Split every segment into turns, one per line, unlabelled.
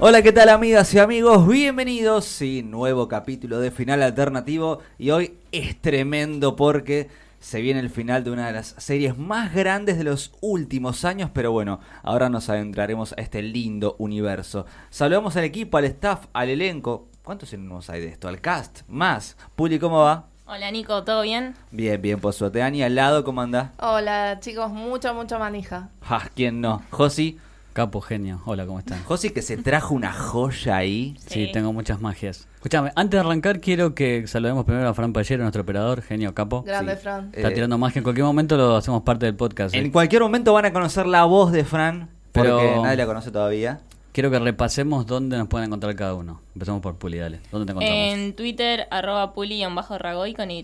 Hola, ¿qué tal amigas y amigos? Bienvenidos, sí, nuevo capítulo de Final Alternativo y hoy es tremendo porque se viene el final de una de las series más grandes de los últimos años, pero bueno, ahora nos adentraremos a este lindo universo. Saludamos al equipo, al staff, al elenco. ¿Cuántos sinónimos hay de esto? Al cast, más. Puli, ¿cómo va?
Hola Nico, ¿todo bien?
Bien, bien, por suerte. Ani, al lado, ¿cómo andás?
Hola chicos, mucha, mucha manija.
Ah, ¿quién no? Josi.
Capo, genio. Hola, ¿cómo están?
Josi que se trajo una joya ahí.
Sí,
Sí.
tengo muchas magias. Escuchame, antes de arrancar quiero que saludemos primero a Fran Pallero, nuestro operador, genio, capo.
Grande
Sí.
Fran.
Está
Eh,
tirando magia, en cualquier momento lo hacemos parte del podcast.
En
eh.
cualquier momento van a conocer la voz de Fran, porque
Pero-
nadie la conoce todavía.
Quiero que repasemos dónde nos pueden encontrar cada uno. Empezamos por Puli, dale. ¿Dónde te encontramos?
En Twitter, arroba puli y bajo ragoy con Y.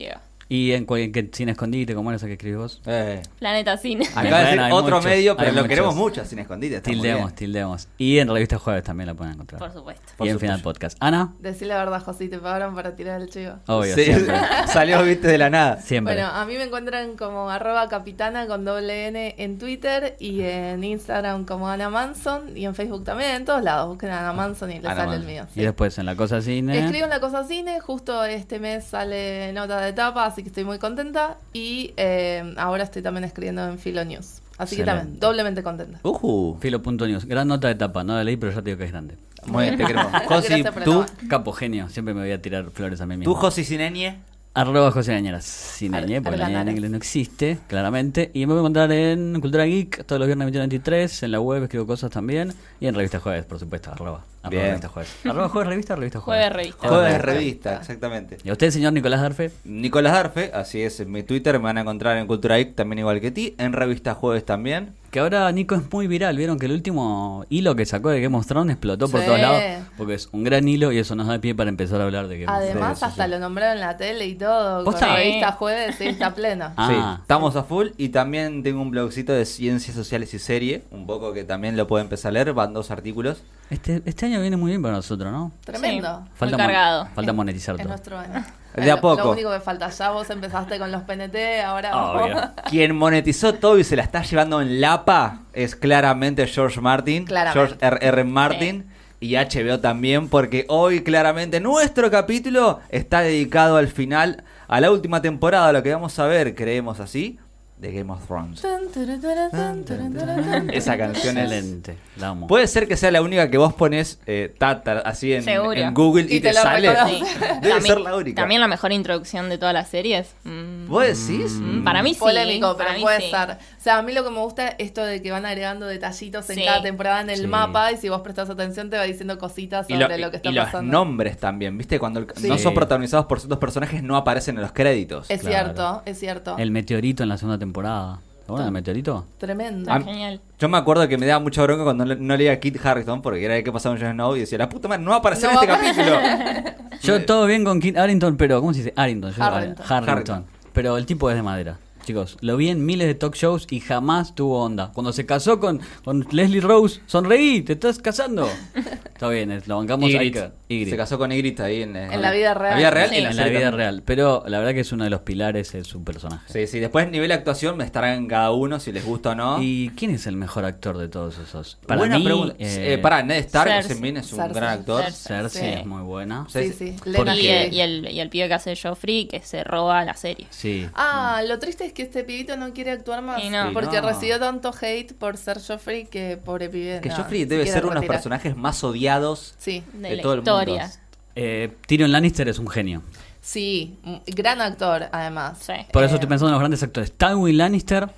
Y en cualquier que- sin escondite, como era esa que escribís vos.
Eh.
Planeta Cine.
Acaba de
Bueno,
decir
hay
otro
muchos,
medio, pero
hay
lo
muchos.
queremos mucho sin escondite. está muy
Tildemos,
bien.
tildemos. Y en Revista Jueves también la pueden encontrar.
Por supuesto.
Por
y en
supuesto.
Final Podcast. Ana,
Decí la verdad, José, te pagaron para tirar el chivo.
obvio,
Sí,
siempre.
salió, viste, de la nada.
siempre.
Bueno, a mí me encuentran como arroba capitana con doble N en Twitter y en Instagram como Ana Manson y en Facebook también, en todos lados. Busquen a Ana Manson y les
Ah, Ana
sale el
Manson. eh.
mío.
Y después en La Cosa Cine.
Escribo en La Cosa Cine, justo este mes sale nota de etapa, así que estoy muy contenta. Y eh, ahora estoy también escribiendo en Filo News. Así que
Excelente.
también, doblemente contenta.
Ujú.
Filo.news. Gran nota de tapa, no la leí, pero ya te digo que es grande.
Muy bien, te queremos.
Ah,
Josi,
Gracias por el
tú,
aguante.
Capo genio, siempre me voy a tirar flores a mí mismo.
tú, Josi Sineñe.
Arroba José Dañaras, sin
Ar-
ñ, porque la ñ en
Arganares.
inglés no existe, claramente. Y me voy a encontrar en Cultura Geek todos los viernes 21.23, en la web escribo cosas también. Y en Revista Jueves, por supuesto, arroba. Arroba
Bien.
Revista Jueves. Arroba Jueves Revista, Revista Jueves.
Jueves Revista.
Joder, revista, exactamente.
Y a usted, señor Nicolás Darfe,
Nicolás Darfe, así es, en mi Twitter me van a encontrar en Cultura Geek también igual que ti, en Revista Jueves también.
que ahora Nico es muy viral. Vieron que el último hilo que sacó de Game of Thrones explotó por
Sí.
todos lados, porque es un gran hilo y eso nos da pie para empezar a hablar de Game of Thrones.
Además,
Sí, sí,
hasta
sí.
lo nombraron en la tele y todo. Con
¿Posta?
la
Sí.
revista Jueves, sí, está pleno.
Ah.
Sí, estamos a full y también tengo un blogcito de ciencias sociales y serie, un poco que también lo pueden empezar a leer, van dos artículos.
Este, este año viene muy bien para nosotros, ¿no?
Tremendo.
Sí.
Falta
Muy
mon-
cargado.
Falta monetizar
Es
todo.
nuestro año.
De
Lo-
a poco.
Lo único que falta ya, vos empezaste con los PNT, ahora
Obvio.
vos-
Quien monetizó todo y se la está llevando en lapa es claramente George Martin,
Claramente.
George R.R. Martin y HBO también, porque hoy claramente nuestro capítulo está dedicado al final, a la última temporada, lo que vamos a ver, creemos así, de Game of Thrones.
Tun, turu, turu, tun, turu, turu, tun.
Esa canción es... Pues-
Excelente, la amo.
Puede ser que sea la única que vos pones eh, Tata así en,
Seguro.
en Google y,
Y
te,
te lo
sale.
reconoce. Sí.
Debe ser la única.
También la mejor introducción de todas las series. Mm,
¿Vos decís?
mm, para mí sí.
Polémico,
para
pero
mí
puede
sí.
ser. O sea, a mí lo que me gusta es esto de que van agregando detallitos en
Sí.
cada temporada en el
Sí.
mapa y si vos prestás atención te va diciendo cositas
Y, lo-
sobre lo, que
y-
está
y los
pasando.
nombres también, ¿viste? Cuando el-
Sí.
no son protagonizados por ciertos personajes, no aparecen en los créditos.
Es
Claro.
cierto, es cierto.
El meteorito en la segunda temporada. ¿Se acuerdan del meteorito?
Tremendo.
A-
Genial.
Yo me acuerdo que me daba mucha bronca cuando no, le- no leía Kit Harrington, porque era el que pasaba en Jon Snow y decía, la puta madre, no va a aparecer
No
en
va a
este capítulo.
Yo todo bien con Kit Harrington, pero ¿cómo se dice? Harrington. yo-
Harrington.
Harrington.
Harrington. Pero el tipo es de madera. Chicos, lo vi en miles de talk shows y jamás tuvo onda. Cuando se casó con, con Leslie Rose, sonreí, te estás casando. Está bien, es- lo bancamos
Ygritte.
hay que- Ygritte.
Se casó con Ygritte ahí en,
En la vida real.
La vida real y
Sí.
en la,
serie
vida
también.
real. Pero la verdad que es uno de los pilares de su personaje.
Sí, sí. Después, nivel de actuación, me estarán cada uno si les gusta o no.
¿Y quién es el mejor actor de todos esos? Para
Buena
mí,
pregunta.
eh,
Eh, pará, Ned Stark,
Cersei.
Semin, es un
Cersei.
gran actor.
Cersei.
Cersei
Sí.
es muy buena.
Sí, sí.
Porque-
Lena
Y,
Headey.
el, y, el, y el pibe que hace Joffrey que se roba la serie.
Sí.
Ah, lo triste es que este pibito no quiere actuar más.
Y no.
Porque
Y no.
recibió tanto hate por ser Joffrey que pobre pibe.
Que
no,
Joffrey
se
debe
quiere
ser uno de los
retirar.
personajes más odiados
Sí,
De,
De
la
todo el mundo.
historia.
Eh, Tyrion Lannister es un genio.
sí, m- gran actor además.
Sí.
Por
Eh,
eso estoy pensando en los grandes actores. Tywin Lannister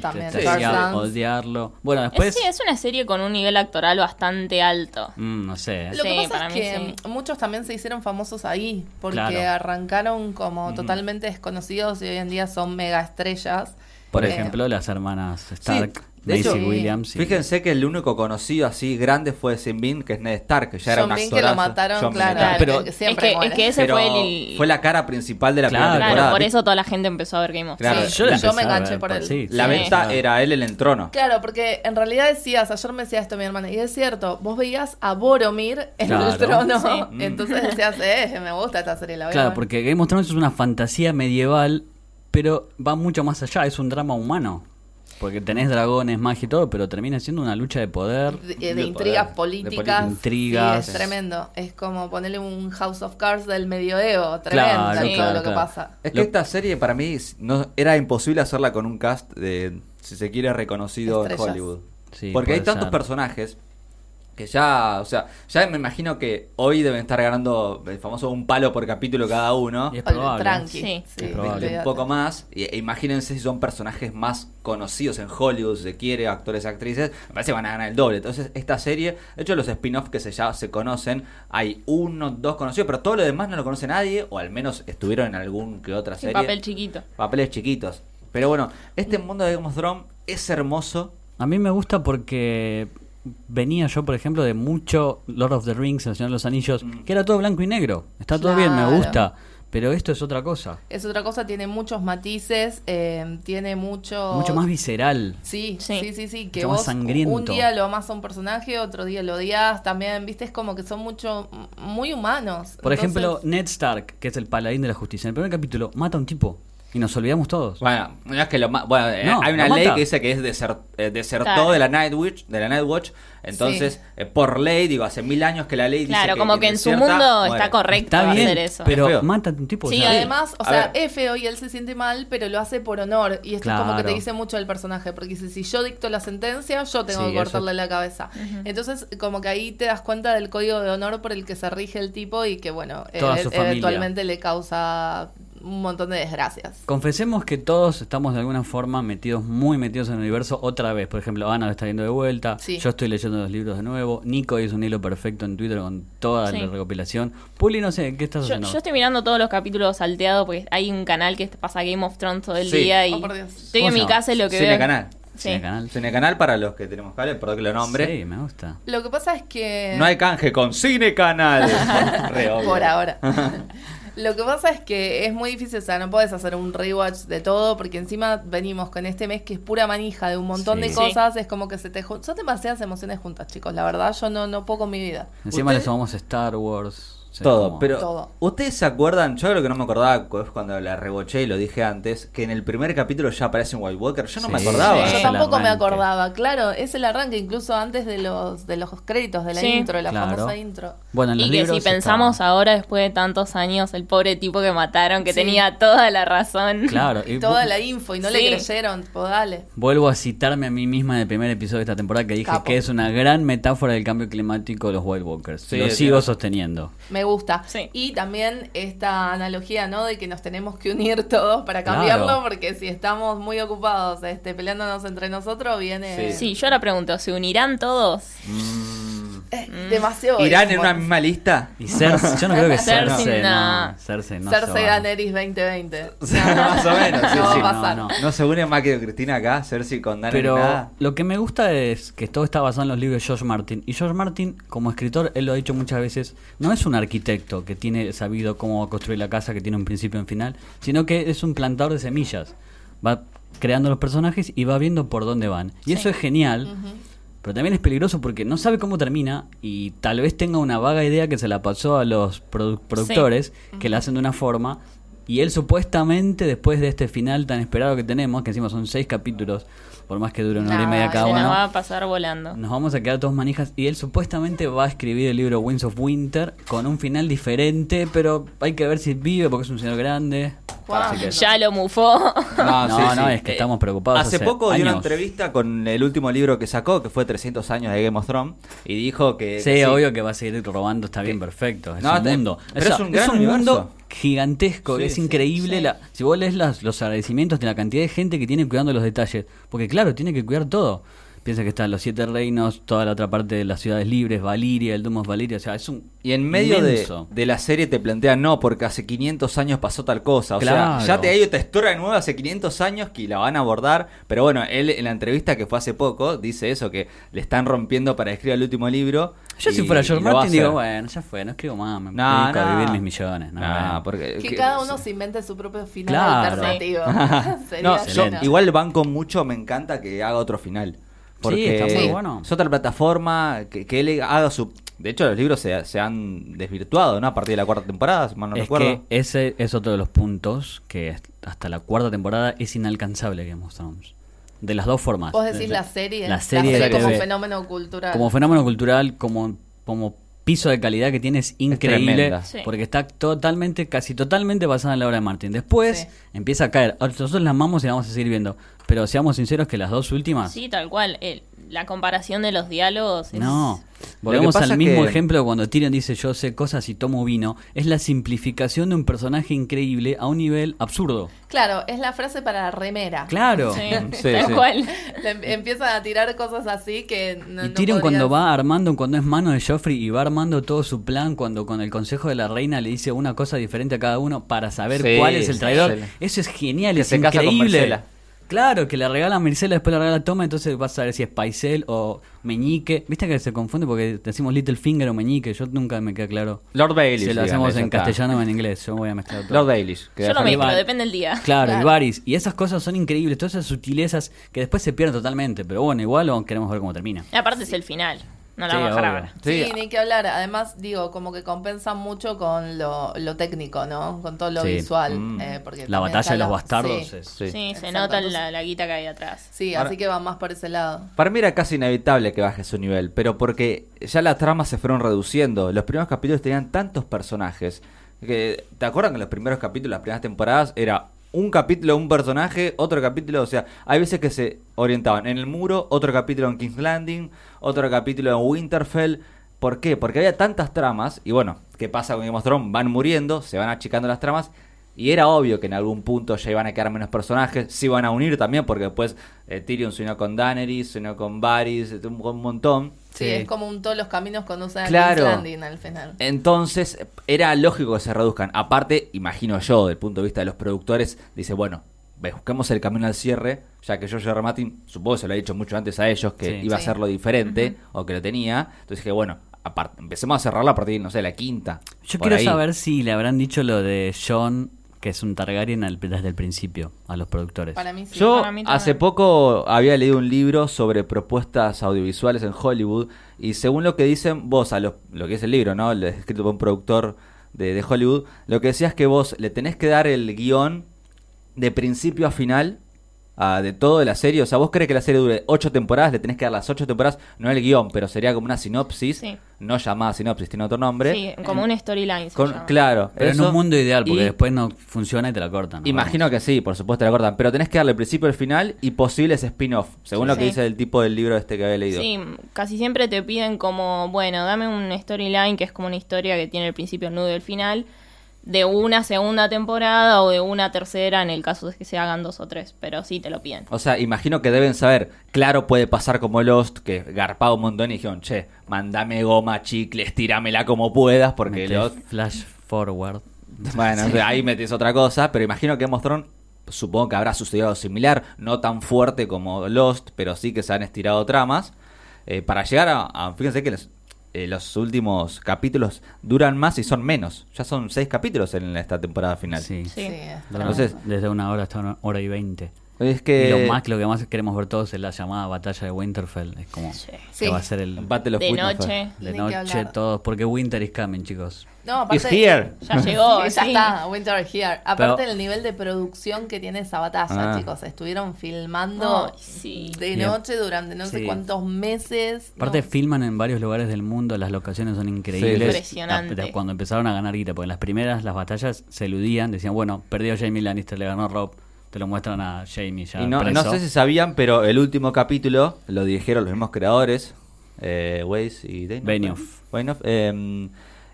También,
también.
Te
Sí. Eh,
hacía
Tarzan.
odiarlo. Bueno,
Es-
después.
sí, es una serie con un nivel actoral bastante alto.
Mm, no sé.
Lo que
Sí,
pasa
para
es
mí
que muchos también se hicieron famosos ahí, porque
Claro.
arrancaron como totalmente desconocidos y hoy en día son mega estrellas.
Por
Eh,
ejemplo, las hermanas Stark,
de hecho,
Maisie Williams. y-
Fíjense que el único conocido así grande fue Sean Bean, que es Ned Stark, que ya era
John
un
Bean
actor.
que lo mataron, claro.
Claro,
pero-
que
Es
siempre
que, es
muere.
que ese
Pero
fue el.
fue la cara principal de la
Claro.
primera
Claro,
temporada.
por eso toda la gente empezó a ver Game of
Ah, Claro.
Thrones.
Sí.
yo
la pues,
me
empecé a
enganché
ver
por él.
La
Sí.
venta
claro.
era él en el trono.
Claro, porque en realidad decías, ayer me decía esto mi hermana, y es cierto, vos veías a Boromir en el
Claro. Mm.
trono,
Sí.
entonces decías, eh, me gusta esta serie, la voy a
Claro,
ver.
porque Game of Thrones es una fantasía medieval, pero va mucho más allá. Es un drama humano. Porque tenés dragones, magia y todo, pero termina siendo una lucha de poder.
de,
De
de
poder,
intrigas
de
políticas.
política. Intrigas.
Sí, es tremendo. Es como ponerle un House of Cards del medioevo.
Claro,
Tremendo
sí,
todo
claro,
lo que
claro.
pasa.
Es que
Lo-
esta serie para mí s- no, era imposible hacerla con un cast de, si se quiere, reconocido
Estrellas.
en Hollywood.
Sí,
Porque hay
puede
tantos
ser.
personajes que ya, o sea, ya me imagino que hoy deben estar ganando el famoso un palo por capítulo cada uno.
Y es
Ol-
probable.
Tranqui.
Sí.
Este,
probable.
un
olvídate.
poco más. Y- e imagínense si son personajes más conocidos en Hollywood, se quiere, actores, actrices. Me parece que van a ganar el doble. Entonces, esta serie, de hecho, los spin-offs que se, ya se conocen, hay uno, dos conocidos, pero todo lo demás no lo conoce nadie, o al menos estuvieron en algún que otra
Sí,
serie.
papel chiquito.
Papeles chiquitos. Pero bueno, este mundo de Game of Thrones es hermoso.
A mí me gusta porque venía yo, por ejemplo, de mucho Lord of the Rings, El Señor de los Anillos, que era todo blanco y negro. Está todo bien, me
Mm. Claro.
gusta. Pero esto es otra cosa.
Es otra cosa, tiene muchos matices, eh, tiene mucho...
Mucho más visceral.
Sí,
Sí.
sí, sí, sí, que
Mucho más
vos
sangriento.
un día lo amas a un personaje, otro día lo odias, también, viste, es como que son mucho, muy humanos.
Por
Entonces,
ejemplo, Ned Stark, que es el paladín de la justicia, en el primer capítulo mata a un tipo. Y nos olvidamos todos.
Bueno, no es que lo ma- bueno, eh,
No,
hay una
lo
ley
mata.
que dice que es deser- eh, desertó
Claro.
de la Night Watch, de la Night Watch. Entonces,
Sí.
eh, por ley, digo, hace mil años que la ley dice
Claro, como que en su
deserta,
mundo
muere.
está correcto
Está bien,
hacer eso.
Es
pero
feo.
mata a un tipo.
Sí,
o sea,
Además, o
A
sea,
ver.
es feo y él se siente mal, pero lo hace por honor. Y esto es como que
Claro.
te dice mucho del personaje, porque dice, si yo dicto la sentencia, yo tengo
Sí,
que
eso-
cortarle la cabeza. Entonces, como que ahí te das cuenta del código de honor por el que se rige el tipo y que, bueno,
Toda
e-
su familia.
eventualmente le causa un montón de desgracias.
Confesemos que todos estamos de alguna forma metidos, muy metidos en el universo otra vez. Por ejemplo, Ana lo está viendo de vuelta,
Sí.
yo estoy leyendo los libros de nuevo, Nico hizo un hilo perfecto en Twitter con toda
Sí.
la recopilación. Puli, no sé, ¿qué estás
Yo,
haciendo?
yo estoy mirando todos los capítulos salteados porque hay un canal que pasa Game of Thrones todo el
Sí.
día y
Oh, por Dios.
estoy
¿Cómo
en
se
mi
llama?
casa y lo que veo.
Cinecanal.
Sí.
Cinecanal.
Cinecanal para los que tenemos cable, perdón que lo nombre.
Sí, me gusta.
Lo que pasa es que...
No hay canje con Cinecanal. Re obvio.
Por ahora. Lo que pasa es que es muy difícil, o sea, no puedes hacer un rewatch de todo, porque encima venimos con este mes que es pura manija de un montón
Sí.
de
Sí.
cosas, es como que se te jun- son demasiadas emociones juntas, chicos, la verdad, yo no, no puedo con mi vida.
Encima
¿Usted?
le sumamos Star Wars. o sea,
Todo,
como-
pero
Todo.
¿ustedes se acuerdan? Yo creo que no me acordaba es cuando la reboché y lo dije antes, que en el primer capítulo ya aparece un White Walker. Yo no me
Sí.
acordaba.
Sí.
Yo
el
tampoco me
arranque.
acordaba, claro, es el arranque incluso antes de los de los créditos de la
Sí.
intro, de la
Claro.
famosa intro.
Bueno, en los
Y que
libros
si
está-
pensamos ahora, después de tantos años, el pobre tipo que mataron, que
Sí.
tenía toda la razón.
Claro,
Y
y
toda
vu-
la info y no
Sí.
le creyeron, pues dale.
Vuelvo a citarme a mí misma en el primer episodio de esta temporada que dije
Capo.
que es una gran metáfora del cambio climático de los White Walkers.
Sí,
Lo
es
sigo
cierto.
sosteniendo.
Me gusta.
Sí.
Y también esta analogía, ¿no? De que nos tenemos que unir todos para cambiarlo,
Claro.
porque si estamos muy ocupados este, peleándonos entre nosotros, viene
Sí, yo ahora pregunto, ¿se unirán todos?
Eh,
Mm.
demasiado.
¿Irán en
egoísmo.
una misma lista?
Y Cersei, yo no creo que
Cersei,
Cersei, no.
no.
Cersei no. se
Cersei
va.
Daenerys 2020.
Más o menos, sí,
no va
sí.
a pasar.
No, no.
No se une más que Cristina acá, Cersei con Dani
Pero
nada.
lo que me gusta es que todo está basado en los libros de George Martin. Y George Martin, como escritor, él lo ha dicho muchas veces, no es un arquitecto que tiene sabido cómo construir la casa, que tiene un principio y un final, sino que es un plantador de semillas. Va creando los personajes y va viendo por dónde van. Y eso es genial. Pero también es peligroso porque no sabe cómo termina y tal vez tenga una vaga idea que se la pasó a los produ- productores que la hacen de una forma y él supuestamente después de este final tan esperado que tenemos, que encima son seis capítulos, por más que dure una hora y
Nah,
media cada
Se nos Ah, va
uno,
a pasar volando.
nos vamos a quedar todos manijas y él supuestamente va a escribir el libro Winds of Winter con un final diferente, pero hay que ver si vive porque es un señor grande.
Juan,
Así que-
Ya lo mufó.
No, no, es que estamos preocupados
Ah, Eh, Hace
hace
poco dio una
años.
entrevista con el último libro que sacó, que fue 300 años de Game of Thrones, y dijo que.
Sí,
que
obvio que va a seguir robando, está bien, perfecto. Es
No,
un
te-
mundo.
pero
O sea,
es un gran universo.
mundo gigantesco,
Sí,
es
sí,
increíble. La, si vos lees las- los agradecimientos de la cantidad de gente que tiene cuidando los detalles, porque claro, tiene que cuidar todo. Piensa que están los siete reinos, toda la otra parte de las ciudades libres, Valiria, el Dumos Valiria, o sea, es un.
Y en medio de,
inmenso.
de la serie te plantean, no, porque hace 500 años pasó tal cosa. O
Claro.
sea, ya te hay otra historia nueva hace 500 años que la van a abordar. Pero bueno, él en la entrevista que fue hace poco dice eso, que le están rompiendo para escribir el último libro.
Yo, si
y-
fuera
y
George
lo va a
Martin, digo,
hacer.
bueno, ya fue, no escribo más, me
No,
dedico a
no.
vivir mis millones. No, Ah,
Nah,
bueno.
porque,
que cada uno se invente su propio final
Claro.
alternativo. Sería
No, yo
Excelente.
bueno.
igual banco mucho, me encanta que haga otro final. Porque
está muy bueno.
es otra plataforma, que, que él haga su... De hecho, los libros se, se han desvirtuado, ¿no? A partir de la cuarta temporada, si mal no
es
recuerdo.
que ese es otro de los puntos que hasta la cuarta temporada es inalcanzable Game of Thrones. De las dos formas.
Vos decís la serie.
La serie, de
como
TV.
fenómeno cultural.
Como fenómeno cultural, como, como piso de calidad que tiene es increíble.
tremenda.
Sí.
Porque está totalmente, casi totalmente basada en la obra de Martín. Después
Sí.
empieza a caer. Ahora, Nosotros la amamos y la vamos a seguir viendo. Pero seamos sinceros que las dos últimas.
Sí, tal cual. El- la comparación de los diálogos es...
No.
Lo
Volvemos
que pasa
al mismo
que-
ejemplo cuando Tyrion dice yo sé cosas y tomo vino. Es la simplificación de un personaje increíble a un nivel absurdo.
Claro, es la frase para la remera.
Claro.
Sí,
Sí,
tal
sí.
cual.
Le em- empiezan a tirar cosas así que no,
Y
no
Tyrion cuando
podrías-
va armando, cuando es mano de Joffrey y va armando todo su plan, cuando con el consejo de la reina le dice una cosa diferente a cada uno para saber
Sí,
cuál es el
sí,
traidor.
sí.
Eso es genial,
Que
es
se casa con
increíble.
Marcela.
claro, que le regala a Marcela, después le regala a Toma, entonces vas a ver si es Paisel o Meñique. Viste que se confunde porque decimos Littlefinger o Meñique, yo nunca me queda claro.
Lord Bailey.
si lo
díganle,
hacemos
ya
en
está.
castellano o en inglés, yo voy a mezclar todo.
Lord Bailey. que
Yo no
deja-
me
Iván.
depende el día.
Claro, el
Claro.
Varys. Y esas cosas son increíbles, todas esas sutilezas que después se pierden totalmente. Pero bueno, igual aún queremos ver cómo termina.
Aparte es el final. No la
Sí,
vamos a dejar
obvio.
ahora.
Sí,
Sí, ni que hablar. Además, digo, como que compensa mucho con lo, lo técnico, ¿no? Con todo lo
Sí.
visual.
Mm.
eh, porque
La
también
batalla
está
de los
lo-
bastardos
Sí,
es...
sí.
Sí, se
Exacto,
nota
entonces-
la, la guita que hay atrás.
Sí,
Ahora-
así que va más por ese lado.
Para mí era casi inevitable que baje su nivel, pero porque ya las tramas se fueron reduciendo. Los primeros capítulos tenían tantos personajes. Que, ¿Te acuerdan que en los primeros capítulos, las primeras temporadas, era un capítulo, un personaje, otro capítulo? O sea, hay veces que se orientaban en el muro, otro capítulo en King's Landing, otro capítulo en Winterfell. ¿Por qué? Porque había tantas tramas, y bueno, ¿qué pasa con Game of Thrones? Van muriendo, se van achicando las tramas, y era obvio que en algún punto ya iban a quedar menos personajes, se iban a unir también, porque después eh, Tyrion se unió con Daenerys, se unió con Varys, eh, un, un montón.
Sí,
Sí. Eh,
es como un todos los caminos conducen a
Claro.
King's Landing al final.
Entonces, era lógico que se reduzcan. Aparte, imagino yo, del punto de vista de los productores, dice, bueno, ve, busquemos el camino al cierre, ya que George R. R. Martin, supongo que se lo ha dicho mucho antes a ellos, que
Sí.
iba a
Sí.
hacerlo diferente, o que lo tenía. Entonces dije, bueno, apar- empecemos a cerrarlo a partir, no sé, la quinta.
Yo
por
quiero
ahí.
saber si le habrán dicho lo de John, que es un Targaryen, al- desde el principio, a los productores.
Para mí sí.
Yo
para mí
hace
también.
poco había leído un libro sobre propuestas audiovisuales en Hollywood y según lo que dicen vos, a lo, lo que es el libro, ¿no? Lo escrito por un productor de, de Hollywood, lo que decías que vos le tenés que dar el guión de principio a final ah, de todo de la serie. O sea, vos crees que la serie dure ocho temporadas, le tenés que dar las ocho temporadas, no el guión, pero sería como una sinopsis,
Sí.
no llamada sinopsis, tiene otro nombre.
Sí, como un storyline. se
Con-
llama.
claro,
Pero en
eso.
un mundo ideal, porque
Y-
después no funciona y te la cortan. ¿no?
Imagino que sí, por supuesto la cortan, pero tenés que darle el principio, el final y posibles spin-off, según
Sí.
lo que
Sí.
dice el tipo del libro este que había leído.
Sí, casi siempre te piden como, bueno, dame un storyline que es como una historia que tiene el principio, el nudo y el final, de una segunda temporada o de una tercera en el caso de que se hagan dos o tres, pero sí te lo piden.
O sea, imagino que deben saber, claro puede pasar como Lost, que garpaba un montón y dijeron, che, mandame goma, chicles, tirámela como puedas, porque
Mete
Lost...
Flash forward.
Bueno, ahí metes otra cosa, pero imagino que Game of Thrones, supongo que habrá sucedido algo similar, no tan fuerte como Lost, pero sí que se han estirado tramas. eh, para llegar a, a- Fíjense que los, eh, los últimos capítulos duran más y son menos. Ya son seis capítulos en esta temporada final.
Sí.
Sí.
Sí, es
Entonces-
desde una hora hasta una hora y veinte.
Es que.
Y lo, más, lo que más queremos ver todos es la llamada batalla de Winterfell. Es como
Sí.
que
Sí.
va a ser el
Battle of
De
Winterfell.
noche.
de
Ni que
noche
hablar.
todos, porque Winter is coming, chicos.
No,
It's
aparte.
here.
Ya llegó,
Sí, ya
sí.
está, Winter is Here. Aparte
Pero-
del nivel de producción que tiene esa batalla,
Ah.
chicos. Estuvieron filmando
Ay, sí.
de
Bien.
noche durante no
Sí.
sé cuántos meses.
Aparte
No.
filman en varios lugares del mundo, las locaciones son increíbles.
Sí.
Impresionante.
La- la- cuando empezaron a ganar guita, porque en las primeras las batallas se eludían, decían, bueno, perdió Jamie Lannister, le ganó Rob, te lo muestran a Jamie ya
Y no,
preso.
no sé si sabían, pero el último capítulo lo dirigieron los mismos creadores, eh, Weiss y Danoff.
Benioff.
Benioff, eh,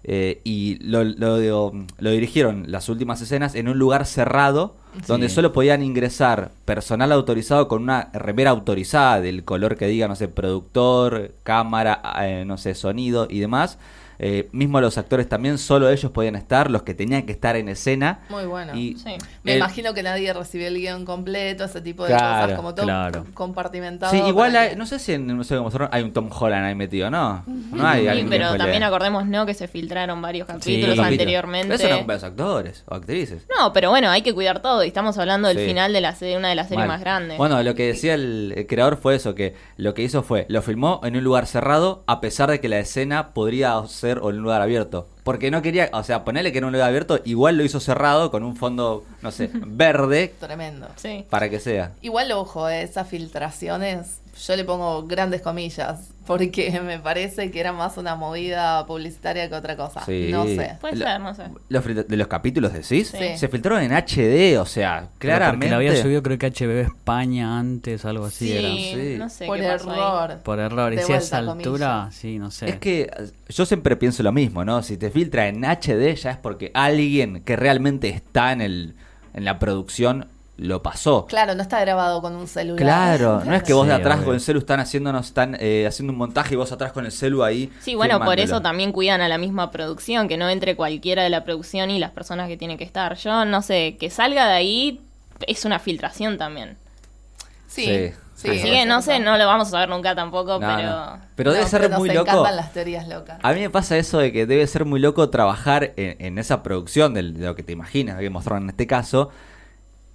eh, y lo, lo- lo dirigieron las últimas escenas en un lugar cerrado, donde
Sí.
solo podían ingresar personal autorizado con una remera autorizada del color que diga, no sé, productor, cámara, eh, no sé, sonido y demás. Eh, mismo los actores también, solo ellos podían estar, los que tenían que estar en escena.
Muy bueno.
Y
Sí.
Me
el-
imagino que nadie recibió el guión completo, ese tipo de
Eh, Claro,
cosas, como todo
claro.
compartimentado.
Sí, igual
para
hay-
que-
no sé si en el Museo de Mostrón hay un Tom Holland ahí metido, ¿no? No hay
Sí,
alguien que
pero
spoilee.
también acordemos, ¿no? Que se filtraron varios capítulos
capítulo.
Pero
anteriormente.
eso no compra a los actores o actrices.
No, pero bueno, hay que cuidar todo. Y estamos hablando del
Sí.
final de la serie, una de las series
Mal.
más grandes.
Bueno, lo que decía el, el creador fue eso, que lo que hizo fue, lo filmó en un lugar cerrado, a pesar de que la escena podría ser en un lugar abierto. porque no quería, o sea, ponerle que era un lugar abierto, igual lo hizo cerrado con un fondo, no sé, verde,
Tremendo.
Sí.
para que sea.
Igual, ojo, eh, esas filtraciones, yo le pongo grandes comillas, porque me parece que era más una movida publicitaria que otra cosa.
Sí.
No sé.
Puede
Lo-
ser, no sé.
Los fil- ¿De los capítulos decís?
Sí.
Se filtraron en HD, o sea,
Pero porque
claramente.
La había subido creo que HBB España antes, algo así
Sí,
era.
sí.
no sé
Por
qué pasó ahí.
error.
Por
er-
error. Y
De
si a esa
vuelta,
altura, sí, no sé.
Es que eh, yo siempre pienso lo mismo, ¿no? Si te filtra en HD ya es porque alguien que realmente está en, el, en la producción lo pasó.
Claro, no está grabado con un celular.
Claro, no es que vos de
Sí,
atrás
obvio.
con el celu están haciéndonos, están eh, haciendo un montaje y vos atrás con el celu ahí.
Sí, bueno, por
filmándolo.
eso también cuidan a la misma producción, que no entre cualquiera de la producción y las personas que tienen que estar. Yo no sé, que salga de ahí es una filtración también.
Sí.
Sí.
sí.
Así que no sé, no lo vamos a saber nunca tampoco,
No,
pero...
no. Pero debe
No,
ser
nos
muy loco.
encantan las teorías locas.
A mí me pasa eso de que debe ser muy loco trabajar en, en esa producción del- de lo que te imaginas, que mostraron en este caso,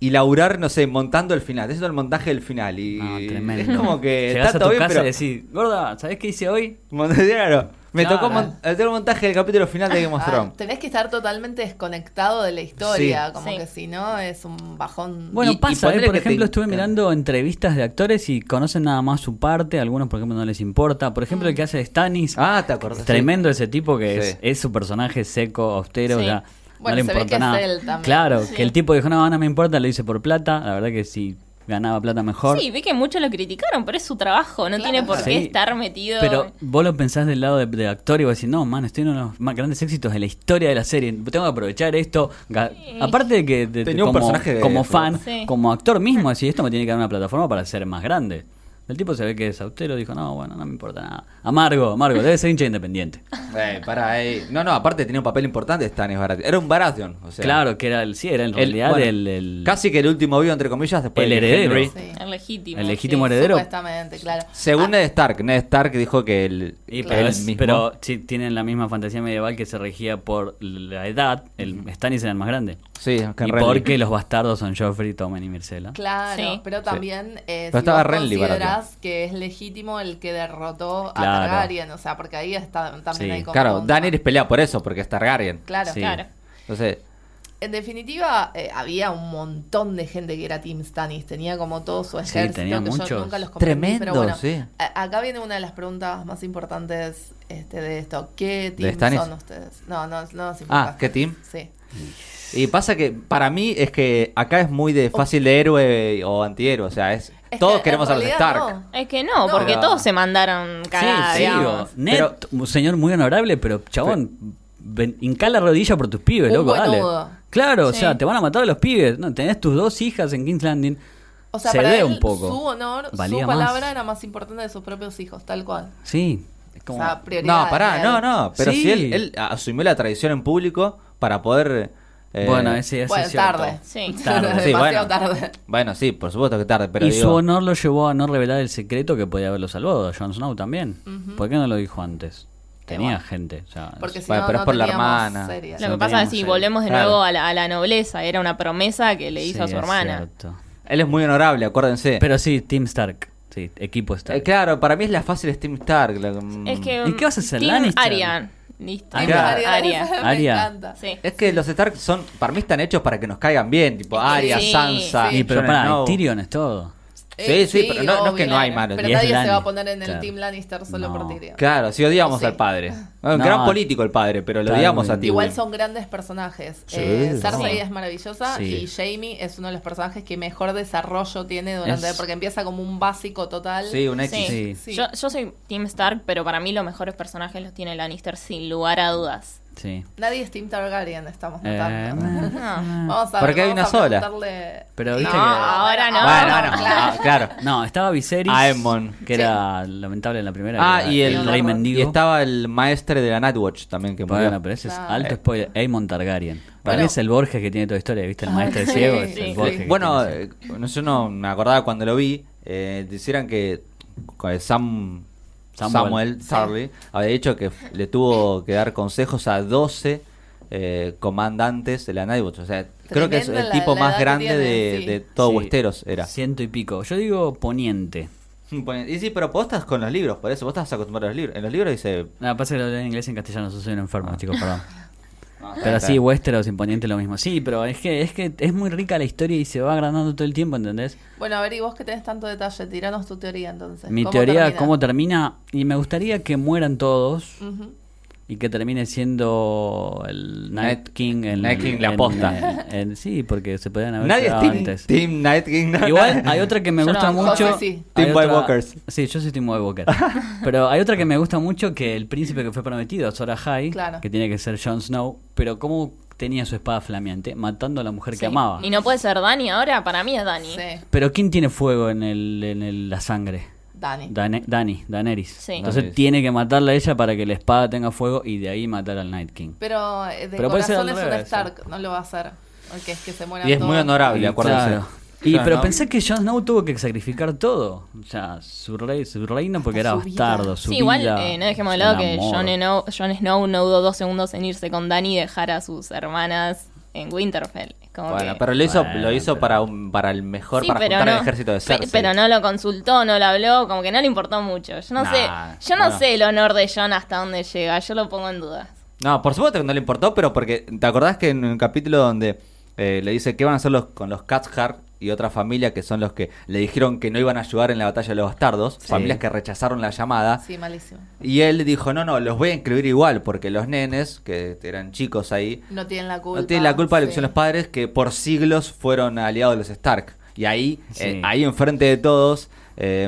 y laburar, no sé, montando el final, haciendo el montaje del final. Y
No, tremendo.
es como que
Llegás
está
a tu
todo bien,
casa
pero.
y decís, gorda, ¿sabés qué hice hoy?
Mon- claro, me
Claro.
tocó mon- hacer el montaje del capítulo final de Game of
Ah,
Thrones.
tenés que estar totalmente desconectado de la historia,
Sí.
como
Sí.
que si no es un bajón.
Bueno,
Y- y
pasa, ¿eh?
ponele
por
que te
ejemplo, estuve
encanta.
mirando entrevistas de actores y conocen nada más su parte, algunos por ejemplo no les importa. Por ejemplo, el que hace Stannis,
Ah, te acordás. sí.
tremendo ese tipo que
Sí.
es, es su personaje seco, austero,
Sí.
ya,
Bueno,
no
se
le
ve
importa
que es
nada.
él también.
Claro,
Sí.
que el tipo dijo, no, no me importa, lo hice por plata, la verdad que si ganaba plata mejor.
Sí, vi que muchos lo criticaron, pero es su trabajo, no
Claro.
tiene por qué
Sí.
estar metido...
Pero vos lo pensás del lado de, de actor y vos decís, no, man, estoy en uno de los más grandes éxitos de la historia de la serie. Tengo que aprovechar esto. Ga- Aparte de que de- de-
Tenía un
como,
personaje de-
como fan,
Sí.
como actor mismo, decís, esto me tiene que dar una plataforma para ser más grande. El tipo se ve que es austero, dijo, no, bueno, no me importa nada. Amargo, amargo, debe ser hincha independiente.
Eh, pará, eh. No, no, aparte tenía un papel importante Stannis Baratheon. Era un Baratheon, o sea.
claro, que era el, sí, era en
el-
realidad
bueno,
el, el-
Casi que el último vivo, entre comillas, después
El
de
heredero.
Henry.
Sí.
El legítimo.
el
sí.
legítimo heredero.
Supuestamente, claro. Ah,
Según Ned Stark, Ned Stark dijo que el.
Y,
él
pero, es-
mismo-
pero sí, tienen la misma fantasía medieval que se regía por la edad, el Stannis era el más grande.
Sí, que
y
Renly.
porque los bastardos son Joffrey, Tommen y Myrcella.
Claro,
Sí.
pero también eh,
Pero
si
estaba
vos
Renly
considerás
barato.
que es legítimo el que derrotó
Claro.
a Targaryen, o sea, porque ahí está también
Sí.
hay como
Claro,
un-
Daenerys pelea por eso, porque es Targaryen.
Claro,
Sí.
Claro.
Entonces,
En definitiva, eh, había un montón de gente que era Team Stannis, tenía como todo su ejército,
tenía
que yo
muchos.
nunca los comprendí,
Tremendo,
pero bueno,
sí.
a- acá viene una de las preguntas más importantes este, de esto. ¿Qué Team
Stannis?
son ustedes? No, no, no nos importa.
ah, ¿qué team?
Sí.
Y pasa que para mí es que acá es muy de fácil de héroe o antihéroe, o sea, es,
Oh. Es
todos
que
queremos
en
a los
realidad
Stark.
no.
Es que no,
No.
porque
Pero-
todos se mandaron cagadas,
sí,
digamos.
digo, Ned, un señor muy honorable, pero chabón, ven- hinca la rodilla por tus pibes,
Un
loco, dale.
buenudo.
Claro, o
Sí.
sea, te van a matar a los pibes. No, tenés tus dos hijas en King's Landing.
O sea,
se
para
ve
él,
un poco.
su honor,
Valía
su
más.
palabra era más importante de sus propios hijos, tal cual.
Sí. Es
O
como,
sea, prioridad.
No, pará, no, no. Pero
Sí.
si él, él asumió la traición en público para poder. eh,
bueno, ese, ese
Bueno,
es cierto.
tarde.
Sí.
Tarde.
Sí, bueno.
Demasiado tarde.
Bueno, sí, por supuesto que tarde, pero
y
digo,
su honor lo llevó a no revelar el secreto que podía haberlo salvado a Jon Snow también. ¿Por qué no lo dijo antes? Tenía
bueno.
gente. o sea,
Porque si
Bueno,
no,
pero es
no
por la
teníamos
hermana.
serie.
Lo
no
que pasa es
teníamos eh,
si
el-
volvemos de
Claro.
nuevo a la, a la nobleza, era una promesa que le hizo
sí,
a su
es
hermana.
cierto.
él es muy honorable, acuérdense.
Pero sí, Team Stark. Sí, equipo Stark.
Eh, claro, para mí es la fácil Steam Stark. la- mm.
Es que.
¿Y qué vas a hacer,
Team
Lannister?
Arya. Listo.
Ahí va.
Team Arya.
Me
Aria.
encanta.
Sí.
Es que los Stark son, para mí están hechos para que nos caigan bien, tipo
Es que
Arya,
sí,
Sansa.
sí.
Y pero
Jon
pará,
Snow.
Tyrion es todo.
Sí, sí, pero no- no es que
obvio.
no hay malos,
Pero
y es
nadie se va
Lannister.
a poner en el
Claro.
Team Lannister solo
No.
por Tyrion.
Claro, sí odiamos
Sí.
al padre. Un
No.
gran político el padre, pero lo
Tal
odiamos
vez.
a ti.
Igual son grandes personajes.
Sí,
Eh,
sí.
Cersei es maravillosa
Sí.
y Jamie es uno de los personajes que mejor desarrollo tiene durante.
Es-
Porque empieza como un básico total.
Sí, un X.
Sí.
Sí.
Sí.
Yo, yo soy Team Stark, pero para mí los mejores personajes los tiene Lannister, sin lugar a dudas.
Sí.
Nadie es Team Targaryen, estamos
Eh,
notando.
No.
Vamos a ver,
Porque hay
vamos
una
a
sola.
preguntarle-
Pero viste
No, ahora no.
Bueno, bueno, ah, claro.
No, estaba Viserys.
Aemon.
Ah, Que era lamentable en la primera.
Ah,
que
y
era
el
rey mendigo.
Y estaba el maestre de la Nightwatch también que murió.
Bueno, pero ese es
Claro.
alto spoiler. Aemon Targaryen. Para mí
Ah. Bueno.
es el Borges que tiene toda historia. ¿Viste? El maestro
sí,
ciego. es
sí,
el
sí.
Borges que
Bueno,
tiene ciego.
eh, no, yo no me acordaba cuando lo vi. Eh, decían que eh, Sam, Samuel,
Samuel.
Charlie, había dicho que f- le tuvo que dar consejos a 12 eh, comandantes de la Nightwatch. O sea, creo que es
Tremenda
el
la-
tipo
la edad
más
que
grande
tiene,
de,
sí.
de todo
Sí,
Westeros era.
Ciento y pico. Yo digo poniente.
Pone- Y sí, pero vos estás con los libros, por eso. Vos estás acostumbrado a los libros. En los libros dice...
Ah,
Ah.
Nada, pasa que lo leo en inglés y en castellano. Yo soy un enfermo, chicos, perdón. Pero sí, Westeros, Imponente, lo mismo. Sí, pero es que, es que es muy rica la historia y se va agrandando todo el tiempo, ¿entendés?
Bueno, a ver, y vos que tenés tanto detalle, tiranos tu teoría entonces.
Mi
¿Cómo
teoría,
termina?
cómo termina, y me gustaría que mueran todos
Ujú.
y que termine siendo el Night
Night-
King. en-
Night King, la
en-
posta.
en- en- sí, porque se podían haber
Nadie es
quedado
Team,
antes.
team Night King. no,
Igual
no.
hay otra que me
Yo no,
gusta
José
mucho.
sí.
hay
Team White
otra-
Walkers.
Sí, yo soy Team White Walker. pero hay otra que me gusta mucho que el príncipe que fue prometido, Sora High,
Claro.
que tiene que ser Jon Snow, pero cómo tenía su espada flameante, matando a la mujer
Sí.
que amaba.
Y no puede ser Dani ahora, para mí es Dani.
Sí,
Pero ¿quién tiene fuego en, el, en el- la sangre?
Dani.
Dani, Dani Daenerys.
Sí.
Entonces
Daenerys.
tiene que matarla a ella para que la espada tenga fuego y de ahí matar al Night King.
Pero eh, de
Pero puede ser
corazón
al
es un
revés,
Stark, no lo va a hacer. Porque es que se mueran
Y es muy
todos.
honorable, acuérdense.
Claro. Y
Claro,
pero
¿no?
pensé que Jon Snow tuvo que sacrificar todo, o sea, su, rey, su reino porque
Hasta
era
su vida.
bastardo, su
Sí, igual
vida,
eh, no dejemos de
el
lado que
amor.
Jon Snow, Jon Snow no dudó dos segundos en irse con Dani y dejar a sus hermanas en Winterfell. Es como
Bueno,
que-
pero lo hizo,
Bueno,
lo hizo
pero-
para, un, para el mejor,
Sí,
para
pero
juntar
no-
el ejército de
pe-
Cersei.
Pero no lo consultó, no lo habló, como que no le importó mucho. Yo no
Nah,
sé, yo no
bueno.
sé el honor de Jon hasta dónde llega, yo lo pongo en duda.
No, por supuesto que no le importó, pero porque ¿te acordás que en un capítulo donde eh, le dice qué van a hacer los, con los Cathcart y otra familia que son los que le dijeron que no iban a ayudar en la batalla de los bastardos, familias que rechazaron la llamada?
Sí, malísimo.
Y él dijo, no, no, los voy a inscribir igual, porque los nenes, que eran chicos ahí,
No tienen la culpa.
no tienen la culpa de lo que
sí.
son los padres, que por siglos fueron aliados de los Stark. Y ahí,
Sí.
eh, ahí enfrente de todos, eh,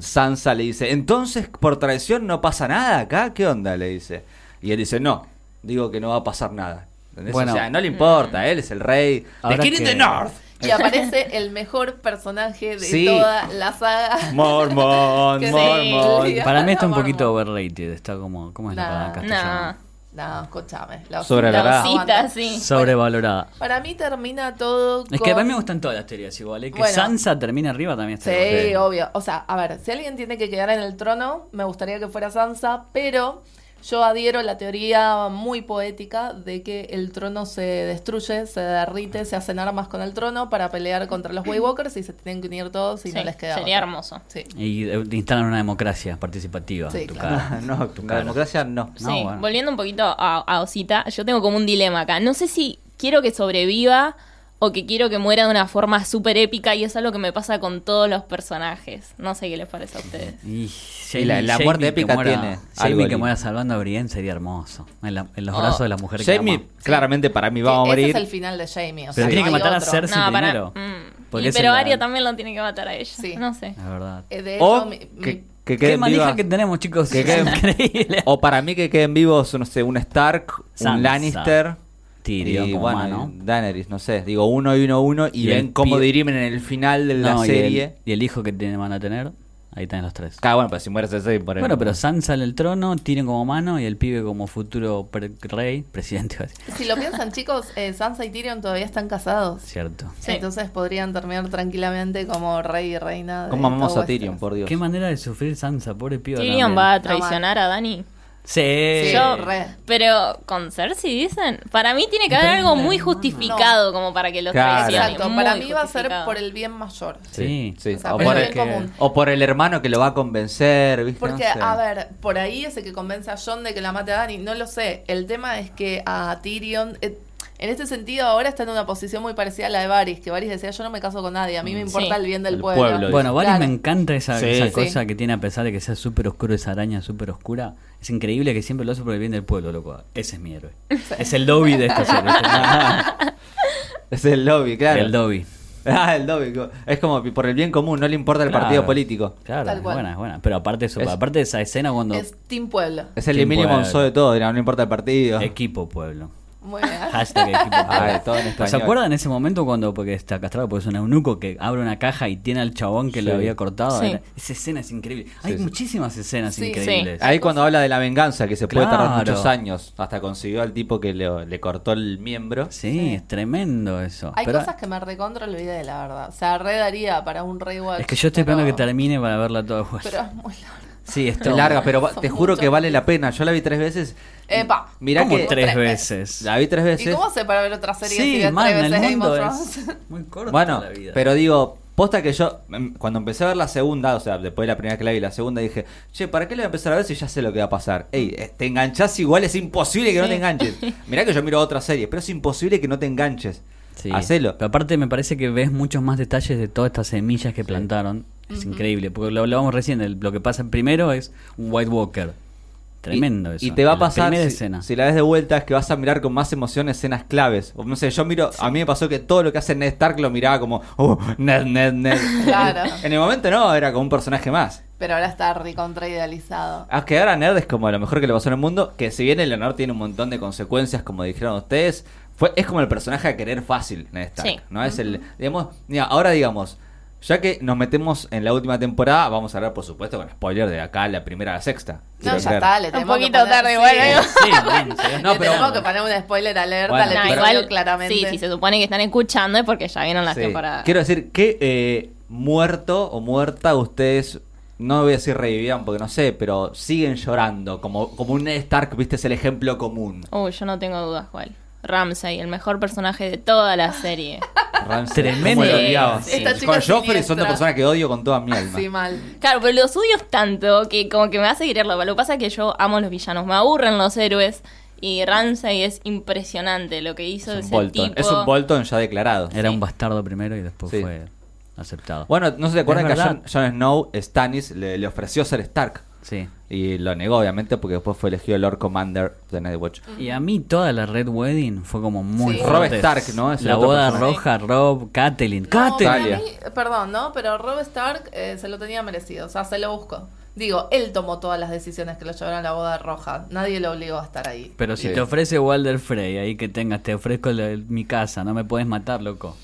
Sansa le dice, entonces por traición no pasa nada acá, ¿qué onda? Le dice. Y él dice, no, digo que no va a pasar nada. ¿Entendés?
Bueno.
o sea, no le importa, él es el rey. The
Ahora
King in
que-
the North.
Mm. Y aparece el mejor personaje de
Sí.
toda la saga.
Mormon,
Que sí.
Mormon.
Para mí está un
Mormon.
poquito overrated, está como ¿cómo es la
Nah.
palabra
No,
castellana?
No, escúchame. La
Sobre la
osita no
verdad.
cosita,
aguanta.
sí.
Sobrevalorada.
Para mí termina todo
Es que a mí
con-
me gustan todas las teorías igual, eh, que
Bueno.
Sansa termine arriba también
Sí,
está bueno.
obvio. O sea, a ver, si alguien tiene que quedar en el trono, me gustaría que fuera Sansa, pero yo adhiero a la teoría muy poética de que el trono se destruye, se derrite, se hacen armas con el trono para pelear contra los White Walkers y se tienen que unir todos y no
Sí,
les queda.
sería
otra.
hermoso.
Sí.
Y eh, te instalan una democracia participativa
Sí,
en tu
claro.
cara.
No, la democracia no.
Sí,
No, bueno.
volviendo un poquito a, a Osita, yo tengo como un dilema acá. No sé si quiero que sobreviva o que quiero que muera de una forma súper épica y es algo que me pasa con todos los personajes. No sé qué les parece a ustedes.
Y
Y la- la
Jaime
muerte
que
épica
muera-
tiene algo
Jaime que
lindo.
muera salvando a Brienne sería hermoso. En, la- en los
Oh.
brazos de la mujer que
Jamie,
ama.
claramente para mí va a
Que ese
morir.
es el final de Jamie. O
Pero
sea,
tiene
no
que
hay
matar a
otro.
Cersei.
No,
primero.
mm.
Porque
Y
es
pero
el- Ah,
Aria también lo tiene que matar a ella.
Sí.
No sé.
Es verdad.
Eh, De hecho,
O
mi- mi-
que, que
Qué
queden
manija
vivas-
que tenemos, chicos.
Que
es
queden-
increíble.
O para mí que queden vivos, no sé, un Stark,
Sansa.
un Lannister.
Tyrion
y
como
bueno,
humano.
y Daenerys, no sé. Digo uno y uno, uno. Y,
Y el
ven cómo
pi-
dirimen en el final de la
No, y el-
serie.
Y el, hijo que te van a tener, ahí están los tres.
Ah, bueno, pero si muere Cersei, por
Bueno,
ejemplo.
pero Sansa en el trono, Tyrion como humano y el pibe como futuro pre- rey, presidente. iba a decir.
si lo piensan, chicos, eh, Sansa y Tyrion todavía están casados.
Cierto.
Sí.
Entonces podrían terminar tranquilamente como rey y reina. de
¿Cómo amamos
todo
a Tyrion,
Westeros.
por Dios?
Qué manera de sufrir Sansa, pobre pibe.
Tyrion
también.
va a traicionar a Dani.
Sí.
Sí,
Yo-
re.
Pero con Cersei dicen, para mí tiene que haber
Pero
algo
es la
muy
hermana.
justificado como para que lo
Claro.
traicione.
Exacto,
Muy
para mí va a ser
justificado.
por el bien mayor.
Sí.
Sí,
O sea,
o,
pero
por
es
el,
bien común.
o por el hermano que lo va a convencer, ¿viste?
Porque,
No sé.
a ver, por ahí ese que convence a John de que la mate a Dani, no lo sé. El tema es que a Tyrion, eh, en este sentido, ahora está en una posición muy parecida a la de Varys, que Varys decía, yo no me caso con nadie, a mí me importa
Sí.
el bien del
Mm, El
pueblo.
pueblo,
Bueno, Varys
Claro.
me encanta esa,
Sí.
esa
Sí.
cosa que tiene a pesar de que sea súper oscuro, esa araña súper oscura. Es increíble que siempre lo hace por el bien del pueblo, loco. Ese es mi héroe. Es el lobby de esta serie.
Es el lobby, claro.
el lobby.
Ah, el lobby. Es como por el bien común, no le importa el
Claro.
partido político.
Claro,
Tal
es
cual.
buena, es buena. Pero aparte, eso,
Es-
aparte de esa escena cuando...
Es Team Pueblo.
Es el
¿Quién
Emilio
puede?
Monzó de todo, dirán, no importa el partido.
Equipo pueblo.
Muy bien.
Hashtag equipo pueblo.
Ay, todo en
¿Se
español.
acuerdan en ese momento cuando, porque está castrado, porque es un eunuco que abre una caja y tiene al chabón que le
Sí.
había cortado?
Sí.
Era- esa escena es increíble.
sí.
Hay muchísimas escenas
Sí.
increíbles.
Ahí cuando habla de la venganza, que se puede
Claro.
tardar muchos años, hasta consiguió al tipo que le, le cortó el miembro.
Sí, es tremendo eso.
Hay
Pero-
cosas que me recontra olvidé, la verdad. O sea, re daría para un rewatch.
Es que yo estoy
pero-
esperando que termine para verla toda de vuelta.
Pero es muy largo.
Sí,
Es
esto.
larga, pero va- te
Son
juro que
muchos.
vale la pena. Yo la vi tres veces.
Epa.
Mirá
como
que
tres,
tres
veces.
la vi tres
¿Y
veces.
cómo hace para ver otra serie si
Sí,
ves
man,
tres
el
veces Game
mundo
of
es
Thrones?
muy corto
Bueno,
la vida.
pero digo, Posta que yo, em, cuando empecé a ver la segunda, o sea, después de la primera que la vi, la segunda dije, che, ¿para qué le voy a empezar a ver si ya sé lo que va a pasar? Ey, eh, te enganchás igual, es imposible que no
Sí.
te enganches. Mirá que yo miro otras series, pero es imposible que no te enganches.
Sí.
Hacelo.
Pero aparte me parece que ves muchos más detalles de todas estas semillas que plantaron. Es increíble, porque lo hablábamos recién, el- lo que pasa primero es un White Walker. Tremendo
y,
eso.
Y te va a
La
pasar,
primera
si,
escena.
si la ves de vuelta, es que vas a mirar con más emoción escenas claves. O, No sé, yo miro, a mí me pasó que todo lo que hace Ned Stark lo miraba como, uh, Ned, Ned, Ned.
Claro.
en el momento no, era como un personaje más.
Pero ahora está recontra idealizado.
Ah, que ahora Nerd es como lo mejor que le pasó en el mundo, que si bien el honor tiene un montón de consecuencias, como dijeron ustedes, fue, es como el personaje a querer fácil, Ned Stark,
Sí.
¿no? Es el, digamos, mira, ahora digamos, ya que nos metemos en la última temporada, vamos a hablar, por supuesto, con spoiler de acá, la primera a la sexta.
No,
Quiero
ya
creer.
está, le
Un
tenemos
poquito
que poner-
tarde, ¿eh?
sí.
bueno, digo.
Sí, bueno, se-
No,
le
pero-
tenemos que poner un spoiler alerta,
Bueno,
le
No,
pido
igual-
claramente.
Sí, si se supone que están escuchando es porque ya vieron las
Sí.
temporadas.
Quiero decir, que eh, muerto o muerta ustedes, no voy a decir revivían porque no sé, pero siguen llorando, como, como un Ned Stark, viste, es el ejemplo común.
Uy, yo no tengo dudas cuál. Ramsay, el mejor personaje de toda la serie.
Ramsay,
Tremendo.
¿cómo lo odiaba?
Sí, esta chica
eh, Con
es
Joffrey son dos
siniestra.
personas que odio con toda mi alma.
Sí, mal.
Claro, pero los odio tanto que como que me hace quererlo. Lo que pasa es que yo amo los villanos, me aburren los héroes. Y Ramsay es impresionante lo que hizo
es, un
ese
Bolton.
tipo.
es un Bolton ya declarado.
Era un bastardo primero y después
Sí.
fue aceptado.
Bueno, no se acuerdan
Es
que a Jon,
verdad.
Jon Snow, Stannis le, le ofreció ser Stark.
Sí.
Y lo negó, obviamente, porque después fue elegido Lord Commander de Nightwatch.
Y a mí toda la Red Wedding fue como muy
Sí.
fuerte.
Rob Stark, ¿no? Es el
la
otro
boda
personaje.
roja, Rob, Catelyn.
No, para
Catelyn.
Talia.
mí, perdón, ¿no? Pero Rob Stark eh, se lo tenía merecido, o sea, se lo buscó. Digo, él tomó todas las decisiones que lo llevaron a la boda roja. Nadie lo obligó a estar ahí.
Pero si
Sí.
te ofrece Walder Frey, ahí que tengas, te ofrezco la- mi casa, no me puedes matar, loco.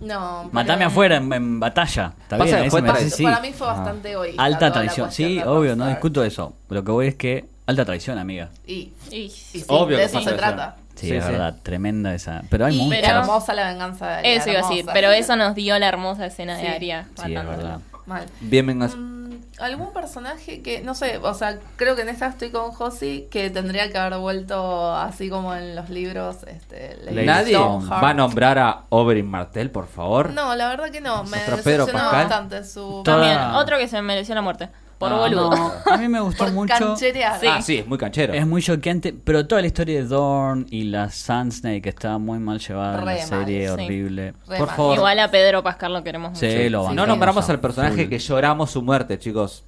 No. pero-
Matame afuera en, en batalla. Está
Pasa
bien,
que
ahí
fue
se me
tra-
Para,
hace, sí.
para mí fue bastante egoísta.
Ah. Alta
toda la
traición.
cuestión
Sí,
de
obvio,
Rob
no
Stark.
discuto eso. Lo que voy es que. Alta traición, amiga.
Y,
Y-
y sí,
Obvio
de
que
eso
sí.
se trata.
Sí,
Sí,
es
sí.
verdad, tremenda esa. Pero hay
Y-
muchas.
Pero-
hermosa la venganza de Arya,
Eso iba a decir,
hermosa.
pero eso nos dio la hermosa escena
Sí.
de Aria.
Sí, es verdad.
Mal.
Bien, vengas.
Mm, ¿Algún personaje que, no sé, o sea, creo que en esta estoy con Josie, que tendría que haber vuelto así como en los libros? Este, Lady
Nadie
Stoneheart?
va a nombrar a Oberyn Martel, por favor. Ah,
No, la verdad que no, me
Nuestro Pedro
decepcionó
Pascal.
bastante su...
Toda-
También, otro que se mereció la muerte. Por
Ah,
boludo.
no, A mí me gustó
Por
mucho.
cancherear.
Ah, sí, es muy canchero.
Es muy choqueante, pero toda la historia de Dorn y la Sun Snake que estaba muy mal llevada en la
Re mal,
serie,
sí.
horrible.
Re
Por
mal.
favor.
Igual a Pedro Pascal lo queremos mucho.
Sí, lo
no
bancamos
nombramos
a
al personaje
full.
que lloramos su muerte, chicos.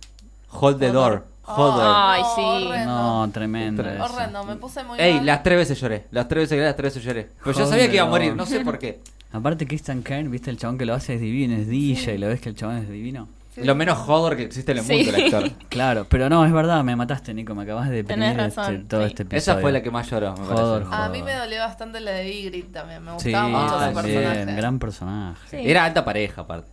Hold the door. Hold the door.
Ah. Ay,
no,
sí.
horrendo.
No, tremendo.
Horrendo.
eso.
Horrendo, me puse muy
Ey,
mal.
las tres veces lloré. Las tres veces lloré, las tres veces lloré. Pero yo sabía que iba a morir, no sé por qué.
Aparte, Christian Kern, viste, el chabón que lo hace es divino, es DJ, lo ves que el chabón es divino.
Sí.
Lo menos jodor que existe en el
Sí.
mundo, el actor.
Claro, pero no, es verdad, me mataste, Nico, me acabas de deprimir
Tenés razón,
este- todo
sí.
este episodio.
Esa fue la que más lloró, me
Jodor,
parece.
A mí me
Joder.
dolió bastante la de Ygritte también, me
Sí,
gustaba mucho su
también,
personaje.
gran personaje.
Sí.
Era alta pareja, aparte.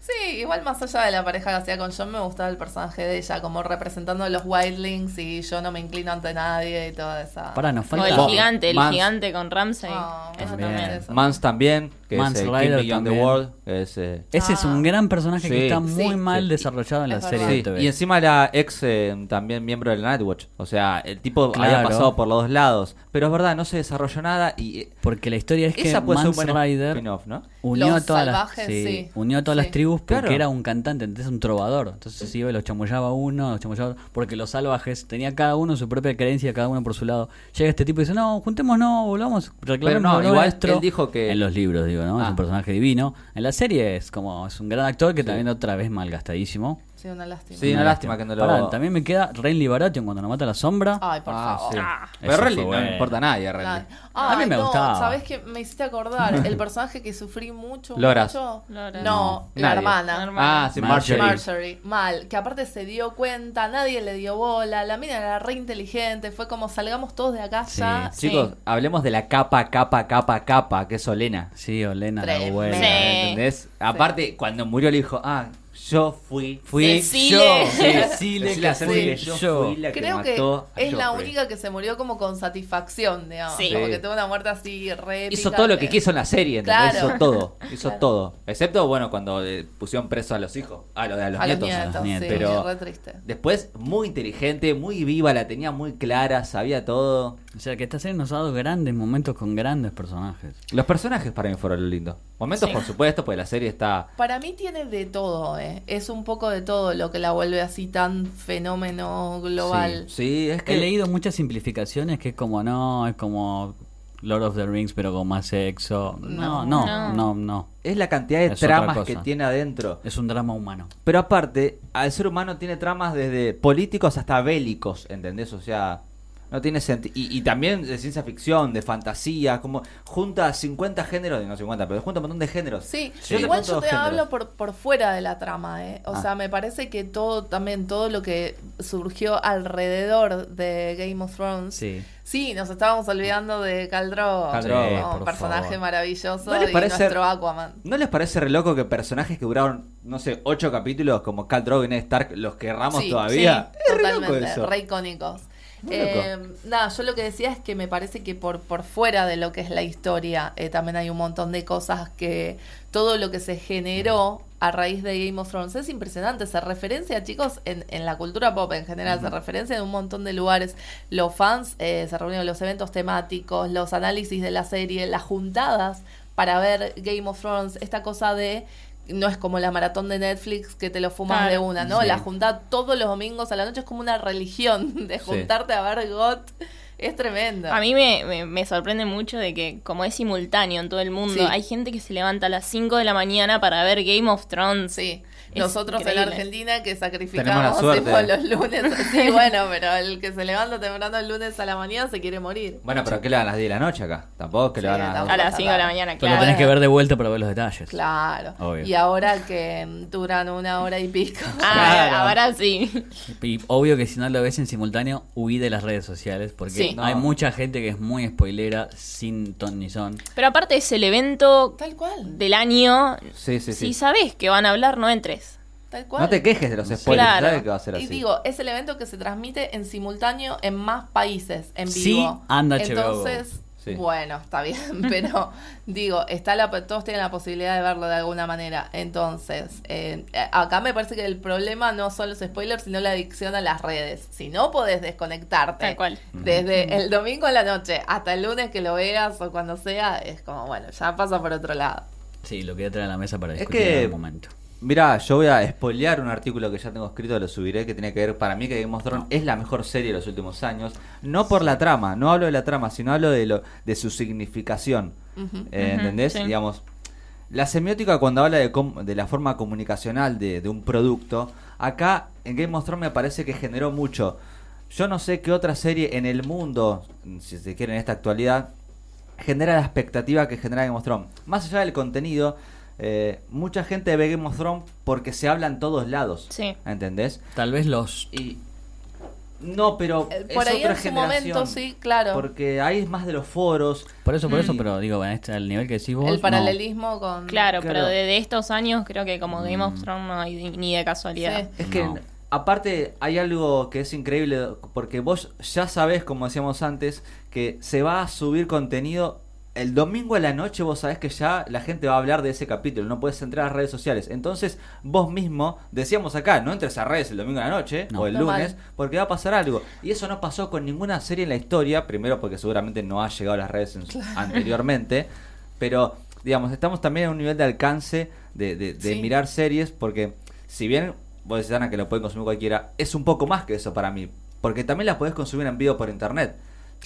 Sí, igual más allá de la pareja que hacía con John, me gustaba el personaje de ella, como representando a los Wildlings y yo no me inclino ante nadie y toda esa...
Pará, nos
O
falta.
el
Vos,
gigante, el
Mans.
gigante con Ramsay.
Oh,
eso
también.
también.
Eso.
Mans también, que
Mans
es eh, King
Rider
Beyond the
también.
World. que es, eh,
Ese es un gran personaje
Sí.
que está
Sí.
muy mal
Sí.
desarrollado en la
Ah. Es
serie
verdad.
de
Sí,
TV.
y encima la ex eh, también miembro del Nightwatch. O sea, el tipo había
Claro.
pasado por los dos lados. Pero es verdad, no se desarrolló nada y eh,
Porque la historia es que
esa puede ser un
Mans
buen
Rider
spin-off, ¿no?
unió
Los
a todas
salvajes,
las sí,
sí.
unió a todas
Sí.
las tribus porque
Claro.
era un cantante, entonces un trovador. Entonces iba y los chamullaba uno, los chamullaba otro, porque los salvajes tenía cada uno su propia creencia, cada uno por su lado. Llega este tipo y dice, "No, juntémonos, volvamos, reclamemos
no,
lo
igual
nuestro".
él dijo que-
en los libros digo, ¿no? Es
Ah.
un personaje divino. En la serie es como es un gran actor que también otra vez malgastadísimo.
Sí, una lástima.
Sí, una lástima que no lo-
Pará, también me queda Renly Baratheon cuando nos mata la sombra.
Ay, por
Ah,
favor.
sí.
Ah.
Pero
Eso
Renly
fue
no
bueno.
le importa a nadie, a Renly.
Ay,
A mí me
no,
gustaba.
¿Sabés que me hiciste acordar? El personaje que sufrí mucho.
Loras.
mucho.
Loras.
No, la
Nadie.
hermana.
La
Ah, sí, Marjorie.
Marjorie.
Marjorie, mal, que aparte se dio cuenta, nadie le dio bola, la mina era re inteligente, fue como salgamos todos de acá
Sí.
ya.
Chicos, hablemos de la capa, capa, capa, capa, que es Olena. Eh,
Sí, Olena, la
Tremendo.
abuela.
Sí.
¿Entendés? Aparte, cuando murió le dijo, ah, yo fui.
Fui
Cecile.
yo.
Decile
Cecile
a
que
Cersei que
fui
yo
yo.
fui la que
Creo que,
mató a
es la
Joffrey.
única que se murió como con satisfacción, digamos.
Sí.
Como
Sí.
que tuvo una muerte así re.
Hizo
épica
todo lo que quiso en la serie, ¿entendés?
Claro.
Hizo todo, hizo
Claro.
todo. Excepto, bueno, cuando eh, pusieron preso a los hijos, a, lo- a los
A los
nietos.
nietos,
los nietos.
sí,
Pero-
re triste.
Después, muy inteligente, muy viva, la tenía muy clara, sabía todo.
O sea que esta serie nos ha dado grandes momentos con grandes personajes.
Los personajes para mí fueron lo lindo. Momentos,
Sí.
por supuesto, porque la serie está.
Para mí tiene de todo, ¿eh? Es un poco de todo lo que la vuelve así tan fenómeno global.
Sí, es que.
He leído muchas simplificaciones que es como, no, es como Lord of the Rings, pero con más sexo. No, no, no,
No.
no.
Es la cantidad de
Es otra
tramas que
cosa.
tiene adentro.
Es un drama humano.
Pero aparte, al ser humano tiene tramas desde políticos hasta bélicos, ¿entendés? O sea, no tiene sentido. Y, y también de ciencia ficción, de fantasía, como junta 50 géneros, no 50, pero junta un montón de géneros.
Sí,
Sí.
igual
Son
yo
todos
te
géneros.
hablo por, por fuera de la trama, ¿eh? O
Ah.
sea, me parece que todo, también todo lo que surgió alrededor de Game of Thrones.
Sí.
Sí, nos estábamos olvidando de Caldro,
Khal
Drogo,
un
Eh, por
Oh, personaje
favor.
maravilloso
¿No les
y
parece-
nuestro Aquaman.
¿No les parece re loco que personajes que duraron, no sé, 8 capítulos, como Khal Drogo y Ned Stark, los querramos
Sí,
todavía?
sí,
es re loco
totalmente,
eso.
re icónicos.
Muy
Eh, nada, yo lo que decía es que me parece que por, por fuera de lo que es la historia eh, también hay un montón de cosas que todo lo que se generó a raíz de Game of Thrones es impresionante. Se referencia, chicos, en, en la cultura pop en general, se referencia en un montón de lugares. Los fans eh, se reunieron los eventos temáticos, los análisis de la serie, las juntadas para ver Game of Thrones, esta cosa de... No es como la maratón de Netflix que te lo fumas
Claro.
de una, ¿no?
Sí.
La juntada todos los domingos a la noche es como una religión de
Sí.
juntarte a ver GOT. Es tremendo.
A mí me, me- me sorprende mucho de que, como es simultáneo en todo el mundo,
Sí.
hay gente que se levanta a las 5 de la mañana para ver Game of Thrones.
Sí.
Es
Nosotros en
increíble.
Argentina que
Tenemos la
sacrificamos
suerte.
tipo, los lunes. Sí, bueno, pero el que se levanta temprano el lunes a la mañana se quiere morir.
Bueno, pero ¿qué le dan a las 10 de la noche acá? Tampoco que le
Sí,
van a...
tampoco.
A las 5 de la mañana,
Pero lo
claro.
tenés que ver de vuelta para ver los detalles.
Claro.
Obvio.
Y ahora que mm, duran una hora y pico.
Ah,
Claro.
ahora sí.
Y obvio que si no lo ves en simultáneo, huí de las redes sociales porque
Sí.
hay
No.
mucha gente que es muy spoilera sin ton ni son.
Pero aparte es el evento
Tal cual.
del año.
Sí, sí, sí.
Si sabes que van a hablar, no entres.
Tal cual.
No te quejes de los spoilers,
Claro.
¿sabes que va a ser así?
Y digo, es el evento que se transmite en simultáneo en más países, en
Sí,
vivo.
anda HBO.
Entonces,
Sí.
bueno, está bien, pero digo, está la, todos tienen la posibilidad de verlo de alguna manera. Entonces, eh, acá me parece que el problema no son los spoilers, sino la adicción a las redes. Si no podés desconectarte
Tal cual.
desde el domingo a la noche hasta el lunes que lo veas o cuando sea, es como, bueno, ya pasa por otro lado.
Sí, lo quería traer a la mesa para
Es
discutir
que-
en algún momento.
Mirá, yo voy a spoilear un artículo que ya tengo escrito, lo subiré, que tiene que ver para mí que Game of Thrones es la mejor serie de los últimos años. No por la trama, no hablo de la trama, sino hablo de, lo, de su significación. Eh,
Ujú,
¿Entendés?
sí.
Digamos, la semiótica cuando habla de, com- de la forma comunicacional de, de un producto, acá en Game of Thrones me parece que generó mucho. Yo no sé qué otra serie en el mundo, si se quiere en esta actualidad, genera la expectativa que genera Game of Thrones. Más allá del contenido, eh, mucha gente ve Game of Thrones porque se habla en todos lados.
Sí.
¿Entendés?
Tal vez los
Y. No, pero.
Eh, por
es
ahí
otra
en su
generación,
momento, sí, claro.
Porque ahí es más de los foros.
Por eso, por eso,
Mm.
pero digo, en este, al nivel que decís vos.
el
no.
paralelismo con...
Claro.
Claro, pero de, de estos años creo que como Game of Thrones no hay ni- ni de casualidad.
Sí.
Es que
No.
aparte hay algo que es increíble porque vos ya sabés, como decíamos antes, que se va a subir contenido el domingo a la noche, vos sabés que ya la gente va a hablar de ese capítulo, no puedes entrar a las redes sociales. Entonces, vos mismo decíamos acá, no entres a redes el domingo a la noche
No.
o el
Normal.
lunes porque va a pasar algo. Y eso no pasó con ninguna serie en la historia, primero porque seguramente no ha llegado a las redes en- anteriormente, pero digamos, estamos también en un nivel de alcance de, de- de
Sí.
mirar series porque si bien vos decís Ana que lo puede consumir cualquiera, es un poco más que eso para mí, porque también las podés consumir en vivo por internet,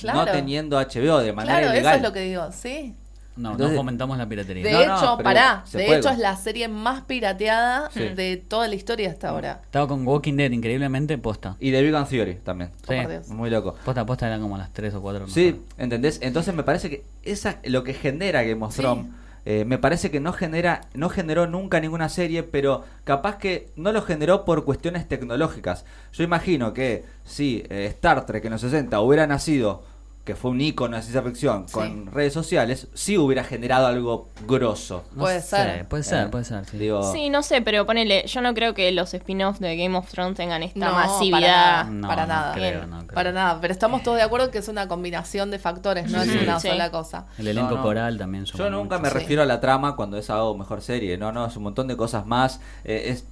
no
Claro.
teniendo HBO de manera
Claro, eso
ilegal.
es lo que digo, sí.
No,
Entonces-
no fomentamos la piratería.
De
No, no,
hecho,
pero
pará,
se
de
puede.
hecho es la serie más pirateada
Sí.
de toda la historia hasta ahora.
Estaba con Walking Dead, increíblemente, posta.
Y de Big Bang Theory también.
Oh,
Sí.
por Dios.
Muy loco.
Posta, posta eran como las 3 o 4.
Sí, ¿entendés? Entonces me parece que esa lo que genera Game of
Sí.
Thrones. eh, me parece que no genera, no generó nunca ninguna serie, pero capaz que no lo generó por cuestiones tecnológicas. Yo imagino que si eh, Star Trek en los 60 hubiera nacido, que fue un ícono de ciencia ficción,
Sí.
con redes sociales, sí hubiera generado algo grosso.
Puede ser.
Puede
Eh,
ser, puede ser. sí.
Digo,
Sí, no sé, pero ponele, yo no creo que los spin-offs de Game of Thrones tengan esta
No,
masividad.
para para nada.
creo, no creo.
Para nada, pero estamos todos de acuerdo que es una combinación de factores, no
Sí.
es una
Sí.
sola cosa.
El elenco
No, no.
coral también son
Yo nunca me
muchos.
Sí.
refiero a la trama cuando es algo mejor serie, no, no, es un montón de cosas más. eh, es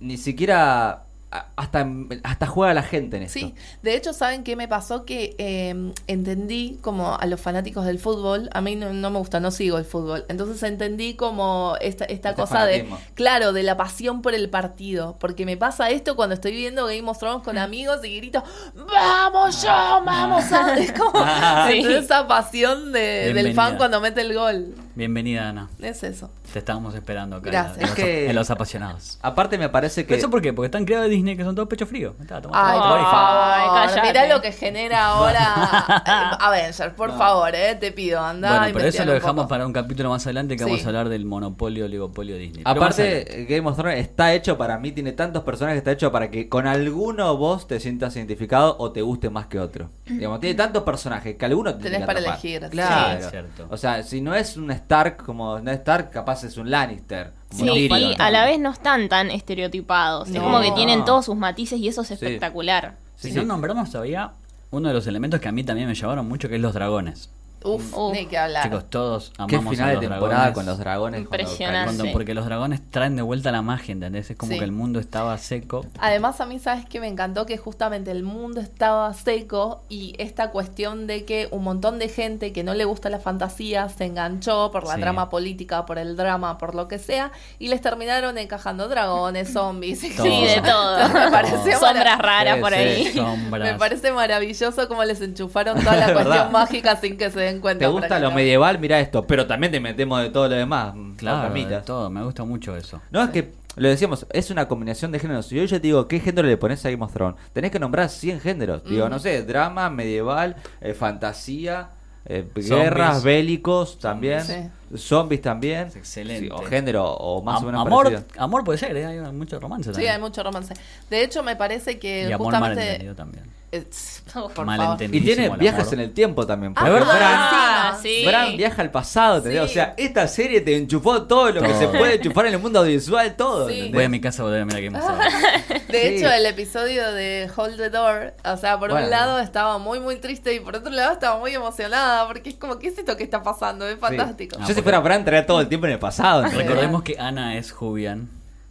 ni siquiera a- hasta, hasta juega la gente en esto.
Sí, de hecho, ¿saben qué me pasó? Que eh, entendí como a los fanáticos del fútbol, a mí no, no me gusta, no sigo el fútbol, entonces entendí como esta, esta
Este
cosa de,
fanatismo.
claro, de la pasión por el partido, porque me pasa esto cuando estoy viendo Game of Thrones con amigos y grito, vamos yo, vamos a... Es como
Sí.
entonces, esa pasión de- del
Bienvenida.
fan cuando mete el gol,
Bienvenida, Ana.
es eso.
Te estábamos esperando acá.
Gracias.
En, los,
Que-
en los apasionados.
Aparte me parece que...
¿Eso por qué? Porque están creados de Disney que son todos pecho frío. Está, toma,
Ay,
toma,
por
por
toma.
favor,
favor,
cállate.
mirá lo que genera ahora eh, Avengers, por favor, eh, te pido, anda. a
Bueno, pero eso
investigar
lo
un
dejamos
poco.
para un capítulo más adelante que
Sí.
vamos a hablar del monopolio, oligopolio Disney. Pero más adelante.
Aparte, Game of Thrones está hecho para mí, tiene tantos personajes, está hecho para que con alguno vos te sientas identificado o te guste más que otro. Digamos, tiene tantos personajes que alguno te tiene
Tenés
que
para
atrapar.
elegir, sí.
Claro.
Sí, es cierto.
O sea, si no es un Stark como Ned Stark, capaz es un Lannister. como
Sí,
un
y
Tyrion.
a la vez no están tan estereotipados. Es
No.
como que tienen todos sus matices y eso es espectacular.
Sí,
si
sí.
no nombramos todavía uno de los elementos que a mí también me llevaron mucho, que es los dragones.
Uf,
Uf.
ni que hablar.
Mm. Chicos, todos
Qué
amamos a
final
los
de temporada
dragones.
con los dragones. cuando
Impresionante.
Calón-
Cuando-
Sí.
Porque los dragones traen de vuelta la magia, ¿entendés? Es como
Ah, Sí.
que el mundo estaba seco.
Además, a mí, ¿sabes que Me encantó que justamente el mundo estaba seco y esta cuestión de que un montón de gente que no le gusta la fantasía se enganchó por la
Sí.
trama política, por el drama, por lo que sea, y les terminaron encajando dragones, zombies. y
Todo.
Sí, de todo.
Me pareció
Sombras
marav-
raras
Sí,
por
sí.
ahí.
Sombras.
Me parece maravilloso cómo les enchufaron toda la
¿Verdad?
cuestión mágica sin que se den cuenta.
¿Te gusta
para que
lo
no-
medieval? Mira esto. Pero también te metemos de todo lo demás. mm,
Claro, de
palomitas.
todo. Me gusta mucho eso.
No, es que lo decíamos, es una combinación de géneros. Yo ya te digo, ¿qué género le pones a Game of Thrones? Tenés que nombrar 100 géneros. Digo, no sé, drama, medieval, eh, fantasía, eh, guerras, bélicos también,
Zombies,
zombies también.
Es excelente.
Sí, o género, o más
Am-
o menos
amor,
parecido.
amor puede ser, ¿eh? hay mucho romance
Sí,
también.
hay mucho romance. De hecho, me parece que
y amor
justamente.
malentendido también.
Eh, por favor.
Malentendido.
Y tiene
el
viajes
amor.
en el tiempo también.
Ah,
porque
¿verdad?
Bran-
Ah,
Sí.
sí.
Bran viaja al pasado, ¿entendés?
Sí.
O sea, esta serie te enchufó todo lo que
Todo.
se puede enchufar en el mundo audiovisual, todo.
Sí.
¿entendés?
Voy a mi casa a volver a mirar Game of Thrones.
De
Sí.
hecho, el episodio de Hold the Door, o sea, por
Bueno.
un lado estaba muy, muy triste y por otro lado estaba muy emocionada porque es como, ¿qué es esto que está pasando? Es
Sí.
fantástico.
Yo
Ah,
si
porque-
fuera Bran, estaría todo el tiempo en el pasado. ¿entendés?
Recordemos que Ana es Jubian.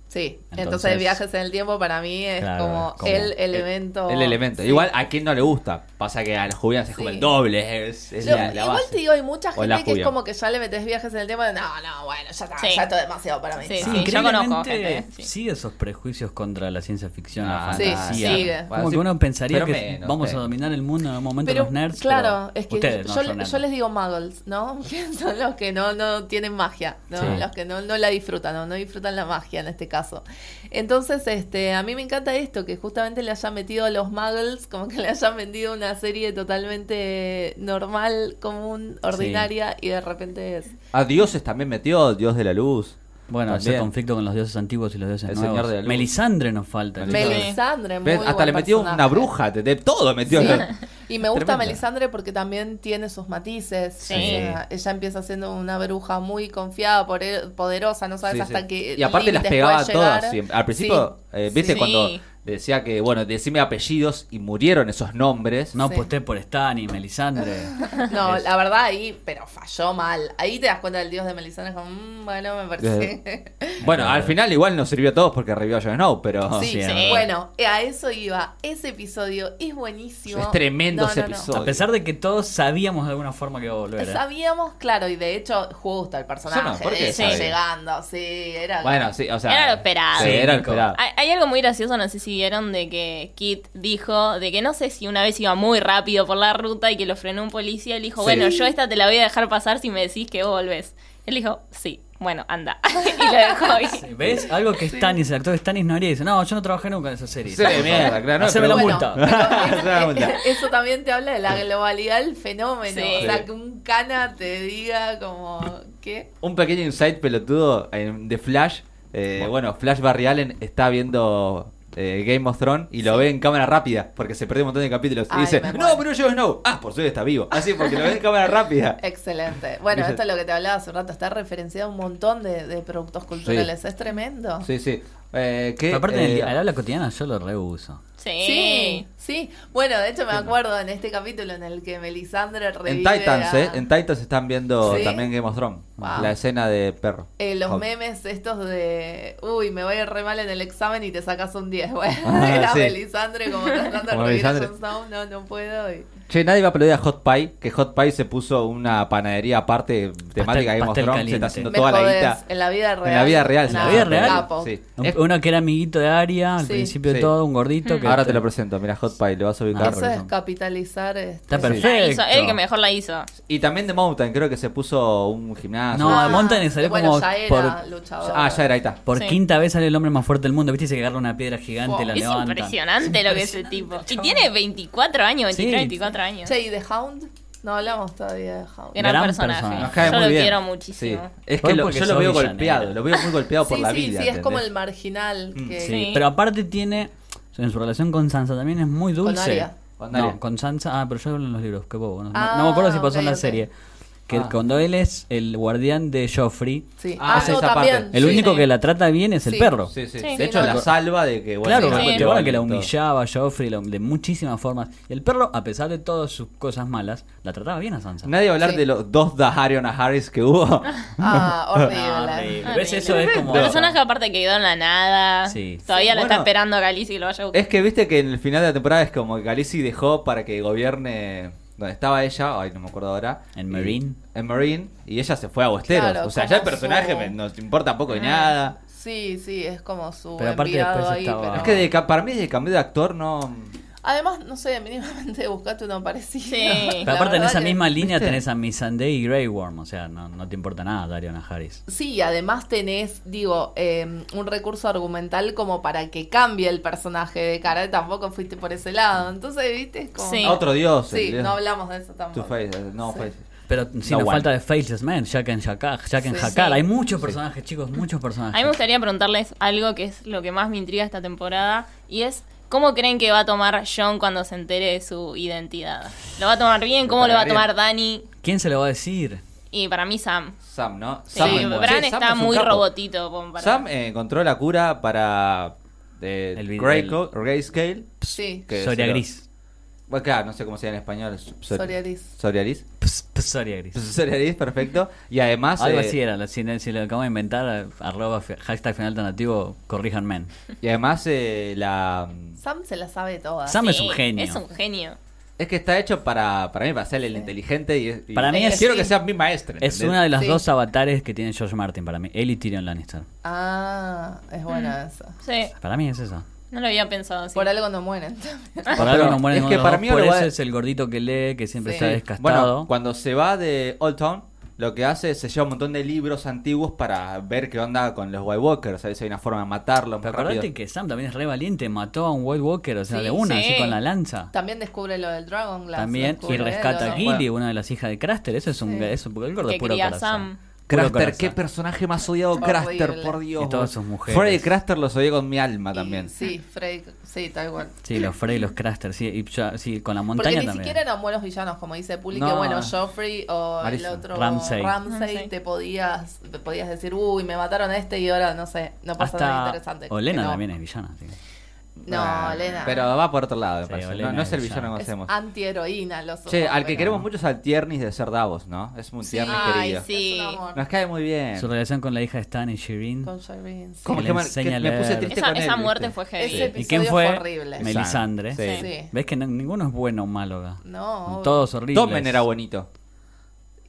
Sí, entonces,
Entonces-
viajes en el tiempo para mí es
Claro,
como,
es como
el
El-
elemento.
Eh, El elemento. Igual a quien no le gusta. Pasa que a los jubilados es como
Sí.
el doble. Es, es
Yo-
la, la
igual
base.
te digo, hay mucha
O la
gente que es
Julia.
como que ya le metes viajes en el tiempo de, no, no, bueno, ya está,
Sí.
ya está demasiado para mí.
Sí,
Ah.
sí. yo conozco
increíblemente,
gente, sí.
sigue esos prejuicios contra la ciencia ficción, la
Ah,
sí,
fantasía.
sigue.
Como
Bueno,
que
sí,
uno pensaría
pero
que
menos,
vamos
sí.
a dominar el mundo en algún momento los nerds.
claro,
pero
es que
ustedes no
yo,
son nerds.
yo les digo muggles, ¿no? Que son los que no, no tienen magia, ¿no?
Sí.
Los que no, no la disfrutan, ¿no? no disfrutan la magia en este caso. Entonces, este, a mí me encanta esto, que justamente le hayan metido a los muggles, como que le hayan vendido una serie totalmente normal, común, ordinaria, y de repente es...
A dioses también metió, dios de la luz.
Bueno, ese
También.
conflicto con los dioses antiguos y los dioses
El
nuevos.
señor de la luz.
Melisandre nos falta.
Sí. Melisandre.
Melisandre, muy
¿Ves? Hasta
buen
le metió una
personaje.
bruja. De, de todo metió.
Sí.
La-
Y me gusta
Tremendo.
Melisandre porque también tiene sus matices.
Sí.
O sea, ella empieza siendo una bruja muy confiada, poder- poderosa, no sabes
Sí,
hasta
sí.
qué.
y aparte las
límites
pegaba
puede llegar.
todas siempre. Al principio, eh, viste
Sí.
cuando decía que, bueno, decime apellidos y murieron esos nombres.
No
Sí.
aposté por Stan y Melisandre.
Sí. No, la verdad ahí, pero falló mal. Ahí te das cuenta del dios de Melisandre, es como, "Mm, bueno, me
Eh,
parece.
Bueno,
Eh.
al final igual nos sirvió a todos porque revivió a Jon Snow, pero...
sí,
sí,
sí.
bueno, eh, a eso iba. Ese episodio es buenísimo.
Es tremendo
No,
ese
no, no.
episodio.
a pesar de que todos sabíamos de alguna forma que iba a volver. ¿eh?
Sabíamos, claro, y de hecho justo el personaje,
Yo no, ¿por qué
de ella
sabía?
llegando, sí, era
Bueno, sí, o sea...
Era lo esperado.
Sí, era lo
Nico.
esperado.
Hay, hay algo muy gracioso, no sé si vieron, de que Kit dijo de que no sé si una vez iba muy rápido por la ruta y que lo frenó un policía. Él dijo,
Sí.
bueno, yo esta te la voy a dejar pasar si me decís que vos volvés. Él dijo, sí, bueno, anda. y lo dejó ir.
¿Ves? Algo que Stanis, el actor Stanis no haría. Dice, no, yo no trabajé nunca en esa serie.
Sí, mierda, claro, no,
Haceme
pero
la
bueno. Eh,
multa.
Se da cuenta.
Eso también te habla de la globalidad del fenómeno.
Sí.
O sea, que un cana te diga como, ¿qué?
Un pequeño insight pelotudo en- de Flash. Eh, bueno, Flash Barry Allen está viendo eh, Game of Thrones y lo ve en cámara rápida porque se perdió un montón de capítulos. y
Ay,
dice,
me muero.
no, pero yo no. Ah, por suerte está vivo. Así, porque lo ve en cámara rápida.
Excelente. Bueno,
Dice-
esto es lo que te hablaba hace un rato. Está referenciado un montón de, de productos culturales. Es tremendo.
Sí, sí. Eh, que,
Pero aparte, en el,
eh,
al habla cotidiana yo lo reuso.
Sí.
Sí, sí. Bueno, de hecho me acuerdo en este capítulo en el que Melisandre revive
en Titans,
a-
¿eh? En Titans están viendo
¿Sí?
también Game of Thrones.
Wow.
La escena de perro.
eh, los
Hobbit.
memes estos de, uy, me voy a ir re mal en el examen y te sacas un 10. Bueno,
Ah,
era
sí.
Melisandre como tratando de
Como
revivir a
Melisandre.
Jon Snow, no, no puedo. y-
Che, nadie va a aplaudir a Hot Pie, que Hot Pie se puso una panadería aparte temática de Game of
pastel
Thrones, se
caliente.
está haciendo
Me
toda la
jodés,
guita.
En la vida real.
En la vida real. se
la
está
vida
haciendo
real.
todo.
Capo.
Sí.
Un-
Es-
Uno que era amiguito de Aria al
Sí.
principio
Sí.
de todo, un gordito. Que
ahora
Este.
te lo presento, mira, Hot Pie, lo vas a ubicar.
Eso es capitalizar. este,
Ah, Está perfecto.
La hizo- el que mejor la hizo.
Y también de Mountain, creo que se puso un gimnasio.
No,
Ah,
a Mountain le salió
bueno,
como
ya era
por-
luchador.
Ah, ya era, ahí está.
Por
Sí.
quinta vez sale el hombre más fuerte del mundo. Viste, se que agarra una piedra gigante,
Wow.
la
Es
levanta.
impresionante lo que es ese tipo. Y tiene 24 años, 23,
Sí.
24 años.
Che, ¿y The Hound? No hablamos todavía de Hound.
Eh,
Gran,
Gran
personaje.
personaje.
Nos cae
Yo
muy
lo
bien.
quiero
Sí.
muchísimo.
Es que
Vos
lo,
porque
yo lo
sos
veo
villanera.
golpeado, lo veo muy golpeado por
sí,
la
sí,
vida.
sí, es como el
¿entendés?
marginal. Que...
Mm, Sí.
Sí.
Pero aparte tiene. En su relación con Sansa también es muy dulce.
Aria.
Con Aria.
no, con Sansa. Ah, pero yo hablo en los libros, qué bobo. No, no-
Ah,
no me acuerdo si pasó en
ok,
la
ok.
serie. Que
Ah.
cuando él es el guardián de Joffrey,
Sí.
Ah,
Ah,
es
no,
esa
también.
parte.
el
sí.
único que la trata bien es el
Sí.
perro.
Sí, sí.
Sí,
de
sí,
hecho,
no,
la
no.
salva de que. Bueno, que
Claro,
Sí.
porque
te
te
valen
van que la
todo.
humillaba a Joffrey la- de muchísimas formas. Y el perro, a pesar de todas sus cosas malas, la trataba bien a Sansa.
Nadie va a hablar
Sí.
de los dos Daharion a Harris que hubo.
Ah, horrible.
Horrible. ¿Ves? Eso es como.
Personaje aparte que quedó en la nada.
Sí.
Todavía la está
Bueno.
esperando a Calici que lo vaya a buscar.
es que viste que en el final de la temporada es como que Khaleesi dejó para que gobierne donde estaba ella, ay, no me acuerdo ahora.
En
Y-
Marine.
En Marine, y ella se fue a Westeros.
Claro,
o sea, ya el
como
personaje
su-
me- nos importa poco y nada.
Sí, sí, es como su
Pero aparte
enviado
después
ahí,
estaba-
pero...
Es que de ca- para mí desde que cambié de actor no...
Además, no sé, mínimamente buscate uno parecido.
Sí.
Pero
La
aparte en
verdad
esa
que-
misma línea
¿Viste?
tenés a Missandei y Grey Worm, o sea, no, no te importa nada Dario Najaris.
Sí, además tenés, digo, eh, un recurso argumental como para que cambie el personaje de cara. Tampoco fuiste por ese lado. Entonces, viste, es como...
Sí.
A Otro dios.
Sí,
el dios-
no hablamos de eso tampoco.
Two Face, eh, no Face.
Pero si
No
nos
one.
falta de Faceless Man, Jack en Jackar, Jack en
Sí.
Jackar,
Sí.
hay muchos personajes, chicos,
A mí
muchos
me
personajes.
gustaría preguntarles algo que es lo que más me intriga esta temporada y es cómo creen que va a tomar John cuando se entere de su identidad. ¿Lo va a tomar bien? ¿Cómo lo va a
Bien.
tomar Dani?
¿Quién se lo va a decir?
Y para mí Sam.
Sam, ¿no?
Sí,
Sam es muy-
Bran
Sí, Sam
está
es un
muy
capo.
robotito. como para-
Sam eh, encontró la cura para eh,
El vid-
Greyco- Grayscale.
Sí.
que
Soria
se lo-
Gris.
Bueno, claro, no sé cómo se llama en español. es- Sor-
Psoriasis.
Psoriasis.
Ps, ps, Soria Gris.
Psoriasis, perfecto. Y además,
Algo
eh,
así era, si, si lo acabo de inventar, arroba fe- hashtag final alternativo, corríjanme.
y además eh, la...
Sam se la sabe toda.
Sam es un genio.
Es un genio.
Es que está hecho para, para mí, para ser el inteligente y, es- y-
Para mí es-
Quiero
sí.
que sea mi maestra.
Es
¿entendés?
una de las
Sí.
dos avatares que tiene George Martin para mí, él y Tyrion Lannister.
Ah, es
Mm.
buena esa.
Sí,
Para mí es eso.
no lo había pensado así.
Por algo no mueren. también.
Por
Pero
algo no mueren
es
ninguno
que
de los
para
dos,
mí
por
ahora
eso
va-
es el gordito que lee, que siempre
Sí.
está
Bueno,
descastado.
cuando se va de Old Town, lo que hace es se lleva un montón de libros antiguos para ver qué onda con los White Walkers. A ver si hay una forma de matarlos.
Pero
más rápido.
acordate que Sam también es re valiente, mató a un White Walker, o sea,
Sí,
de una,
sí.
así con la lanza.
También descubre lo del Dragon Glass.
También, y
descubre
rescata
lo-
a Gilly, una de las hijas de Craster. Eso es un.
Sí.
Eso, porque el gordo
Que
es puro
quería a
corazón.
Sam.
Puro
Craster,
corazón.
qué personaje más odiado
Horrible.
Craster, por Dios.
Y todas
boludo.
sus mujeres.
Freddy Craster los odié con mi alma Ah,
Y-
también.
Sí, Frey, sí, tal cual.
Sí, los Frey, los Craster, sí, y ya- sí, con la
Porque ni
montaña también.
siquiera eran buenos villanos, como dice Puli, que
No.
bueno, Joffrey o
Marisa.
el otro
Ramsay.
Ramsay.
te podías te podías decir, uy, me mataron a este y ahora no sé, no pasa nada
Hasta
interesante.
Olena
Que no.
también es villana. sí.
No,
Ah,
Olena.
Pero va por otro lado, me
Sí,
parece. No-
Olena
No, es el
es
villano que
ya-
es
conocemos.
anti-heroína los
Che,
ojos,
al que
pero-
queremos mucho es al Tiernis de ser Davos, ¿no? Es un Tiernis
Ay,
querido.
sí.
Es un amor.
Nos cae muy bien.
Su relación con la hija de Stan y Shirin.
Eh. Con Shireen, sí.
Como
Le
que, me-
enseña
que
a
me
leer.
puse triste
Esa-
con él,
esa
¿viste?
muerte fue heavy.
Ese
¿Y quién
episodio
fue?
fue horrible.
Melisandre.
Sí.
Sí.
¿Ves que no- ninguno es bueno o malo acá?
No, obvio.
Todos horribles.
Tommen era bonito.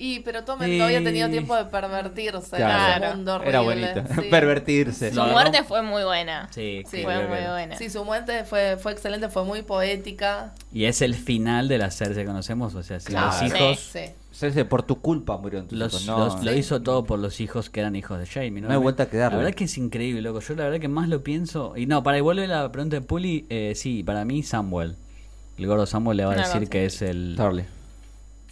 Y pero Tomen no había tenido tiempo de pervertirse.
Claro.
Era un mundo horrible.
Era bonito.
sí.
Pervertirse.
Su
No, no.
muerte fue muy buena.
Sí,
Sí.
que-
Fue muy buena.
Sí, su muerte fue, fue excelente, fue muy poética.
Y es el final de la Cersei que conocemos, o sea, si
Claro.
los
Sí.
hijos.
Sí.
Cersei, por tu culpa murieron tus
Los-
hijos, no.
los- lo hizo todo por los hijos que eran hijos de Jamie.
No hay vuelta que darle.
La verdad que es increíble, loco. Yo la verdad que más lo pienso. Y no, para y vuelve la pregunta de Puli. eh, sí, para mí, Samuel. El gordo Samuel le va a
No,
decir
no, sí.
que es el.
Tarly.